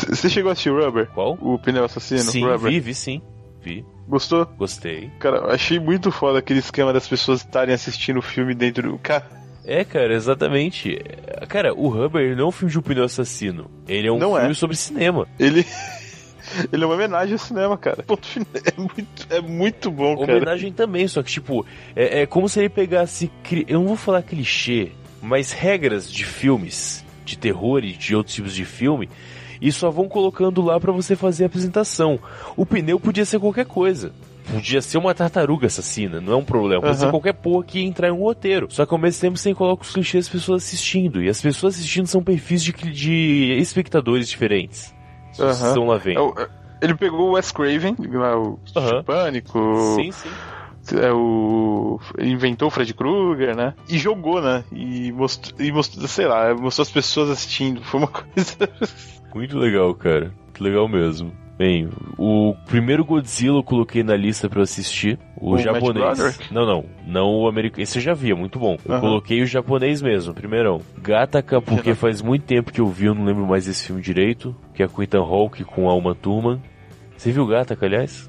Speaker 3: Você chegou a assistir Rubber?
Speaker 2: Qual?
Speaker 3: O pneu assassino?
Speaker 2: sim,
Speaker 3: Rubber.
Speaker 2: vi, vi sim. Vi,
Speaker 3: Gostou?
Speaker 2: gostei.
Speaker 3: Cara, eu achei muito foda aquele esquema das pessoas estarem assistindo o filme dentro do. Cara,
Speaker 2: É, cara, exatamente. É, Cara, o Hubber ele não é um filme de opinião assassino. Ele é um
Speaker 3: Não é.
Speaker 2: filme sobre cinema.
Speaker 3: ele. (laughs) ele é uma homenagem ao cinema, cara. Ponto final. É muito, é muito bom, cara.
Speaker 2: Homenagem também, só que, tipo, é, é como se ele pegasse. cri- Eu não vou falar clichê, mas regras de filmes, de terror e de outros tipos de filme, e só vão colocando lá pra você fazer a apresentação. O pneu podia ser qualquer coisa. Podia ser uma tartaruga assassina, não é um problema. Podia ser
Speaker 3: Aham.
Speaker 2: qualquer porra que ia entrar em um roteiro. Só que ao mesmo tempo você coloca os clichês das pessoas assistindo. E as pessoas assistindo são perfis de, cli- de espectadores diferentes. Isso vocês
Speaker 3: Aham.
Speaker 2: estão lá vendo.
Speaker 3: É o- é- Ele pegou o Wes Craven, lá, o
Speaker 2: Aham.
Speaker 3: Pânico,
Speaker 2: Sim, sim.
Speaker 3: é o. ele inventou o Fred Krueger, né? E jogou, né? E mostrou, e mostrou, sei lá, mostrou as pessoas assistindo. Foi uma (laughs) coisa.
Speaker 2: Muito legal, cara. Muito legal mesmo. Bem, o primeiro Godzilla eu coloquei na lista pra eu assistir. O,
Speaker 3: O Matt
Speaker 2: japonês.
Speaker 3: Broderick?
Speaker 2: Não, não. Não o americano. Esse eu já vi, é muito bom. Eu
Speaker 3: Aham.
Speaker 2: coloquei o japonês mesmo, primeirão. Gataca, porque
Speaker 3: Geral.
Speaker 2: faz muito tempo que eu vi, eu não lembro mais desse filme direito. Que é com Ethan Hawke com Alma Turman. Você viu Gataca, aliás?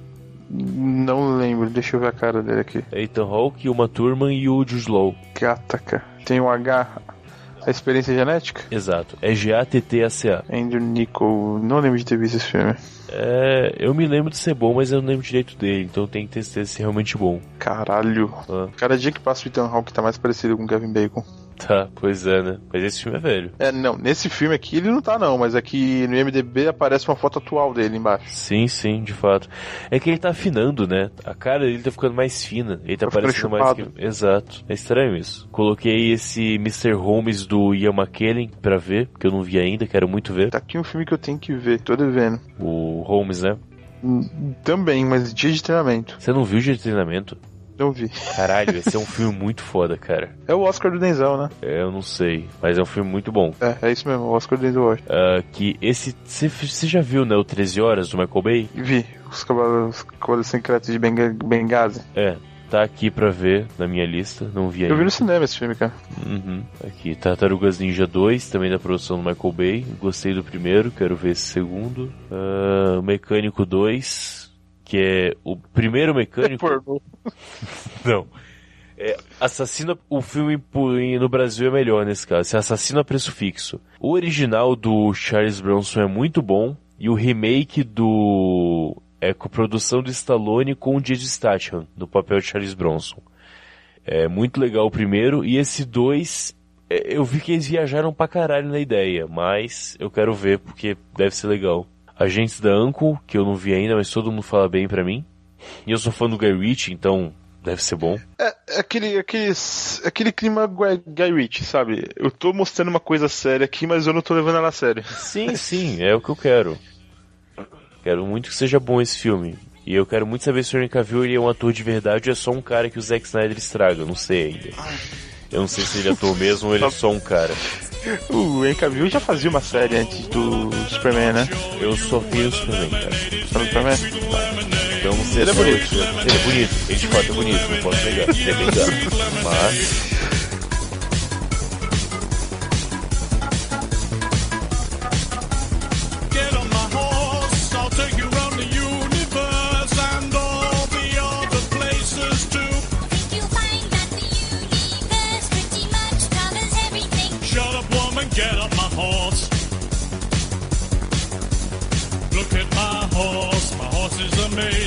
Speaker 3: Não lembro, deixa eu ver a cara dele aqui.
Speaker 2: É Ethan Hawke, Uma Turman e o Jude Law.
Speaker 3: Gataca. Tem o H. A experiência genética?
Speaker 2: Exato. É G-A-T-T-A-C-A.
Speaker 3: Andrew Nichol, não lembro de ter visto esse filme.
Speaker 2: É, eu me lembro de ser bom, mas eu não lembro direito dele. Então eu tenho que ter certeza se é realmente bom.
Speaker 3: Caralho.
Speaker 2: Ah.
Speaker 3: Cada dia que passa o Ethan Hawke tá mais parecido com o Kevin Bacon.
Speaker 2: Tá, pois é, né? Mas esse filme é velho.
Speaker 3: É, não, nesse filme aqui ele não tá não, mas aqui no IMDB aparece uma foto atual dele embaixo.
Speaker 2: Sim, sim, de fato. É que ele tá afinando, né? A cara dele tá ficando mais fina. Ele tá
Speaker 3: Tá
Speaker 2: parecendo
Speaker 3: ficando
Speaker 2: mais. Que... Exato. É estranho isso. Coloquei esse Mr. Holmes do Ian McKellen pra ver, que eu não vi ainda, quero muito ver.
Speaker 3: Tá aqui um filme que eu tenho que ver, tô devendo.
Speaker 2: O Holmes, né?
Speaker 3: Hum, Também, mas dia de treinamento,
Speaker 2: Você não viu o dia de treinamento?
Speaker 3: não vi.
Speaker 2: Caralho, esse é um filme muito foda, cara.
Speaker 3: É o Oscar do Denzel, né?
Speaker 2: É, eu não sei, mas é um filme muito bom.
Speaker 3: É, é isso mesmo, o Oscar do Denzel Washington.
Speaker 2: Ah, que esse. Você você já viu, né? O 13 Horas do Michael Bay?
Speaker 3: Vi, os Cavaleiros, Cavaleiros Secretos de Benga- Benghazi.
Speaker 2: É. Tá aqui pra ver na minha lista, não vi ainda.
Speaker 3: Eu vi no cinema esse filme, cara.
Speaker 2: Uhum. Aqui, Tartarugas Ninja 2, também da produção do Michael Bay. Gostei do primeiro, quero ver esse segundo. Ah, Mecânico 2, que é o primeiro mecânico.
Speaker 3: Pornô.
Speaker 2: Não. É, assassino. O filme por- no Brasil é melhor nesse caso. É assassino a preço fixo. O original do Charles Bronson é muito bom. E o remake do. É com produção do Stallone com o Jason Statham, no papel de Charles Bronson. É muito legal o primeiro. E esse dois. é, Eu vi que eles viajaram pra caralho na ideia, mas eu quero ver porque deve ser legal. Agentes da Anco, que eu não vi ainda, mas todo mundo fala bem pra mim. E eu sou fã do Guy Ritchie, então deve ser bom.
Speaker 3: É aquele, aquele, aquele clima Guy, Guy Ritchie, sabe? Eu tô mostrando uma coisa séria aqui, mas eu não tô levando ela a sério.
Speaker 2: Sim, sim, é o que eu quero. Quero muito que seja bom esse filme. E eu quero muito saber se o Henry Cavill ele é um ator de verdade ou é só um cara que o Zack Snyder estraga, eu não sei ainda. Eu não sei se ele é ator mesmo ou ele é só um cara.
Speaker 3: O Henry Cavill já fazia uma série antes do Superman, né?
Speaker 2: Eu só vi o Superman, cara.
Speaker 3: Sabe o Superman?
Speaker 2: Então não sei
Speaker 3: Ele é
Speaker 2: se eu-
Speaker 3: bonito.
Speaker 2: Ele é bonito, ele de fato é bonito, não posso negar, ele é bem gato. Mas.
Speaker 5: Get on my horse, I'll take you round the universe and all the other places too.
Speaker 6: Think you'll find that the universe pretty much covers everything.
Speaker 5: Shut up, woman, get on my horse. Look at my horse, my horse is amazing. Oh,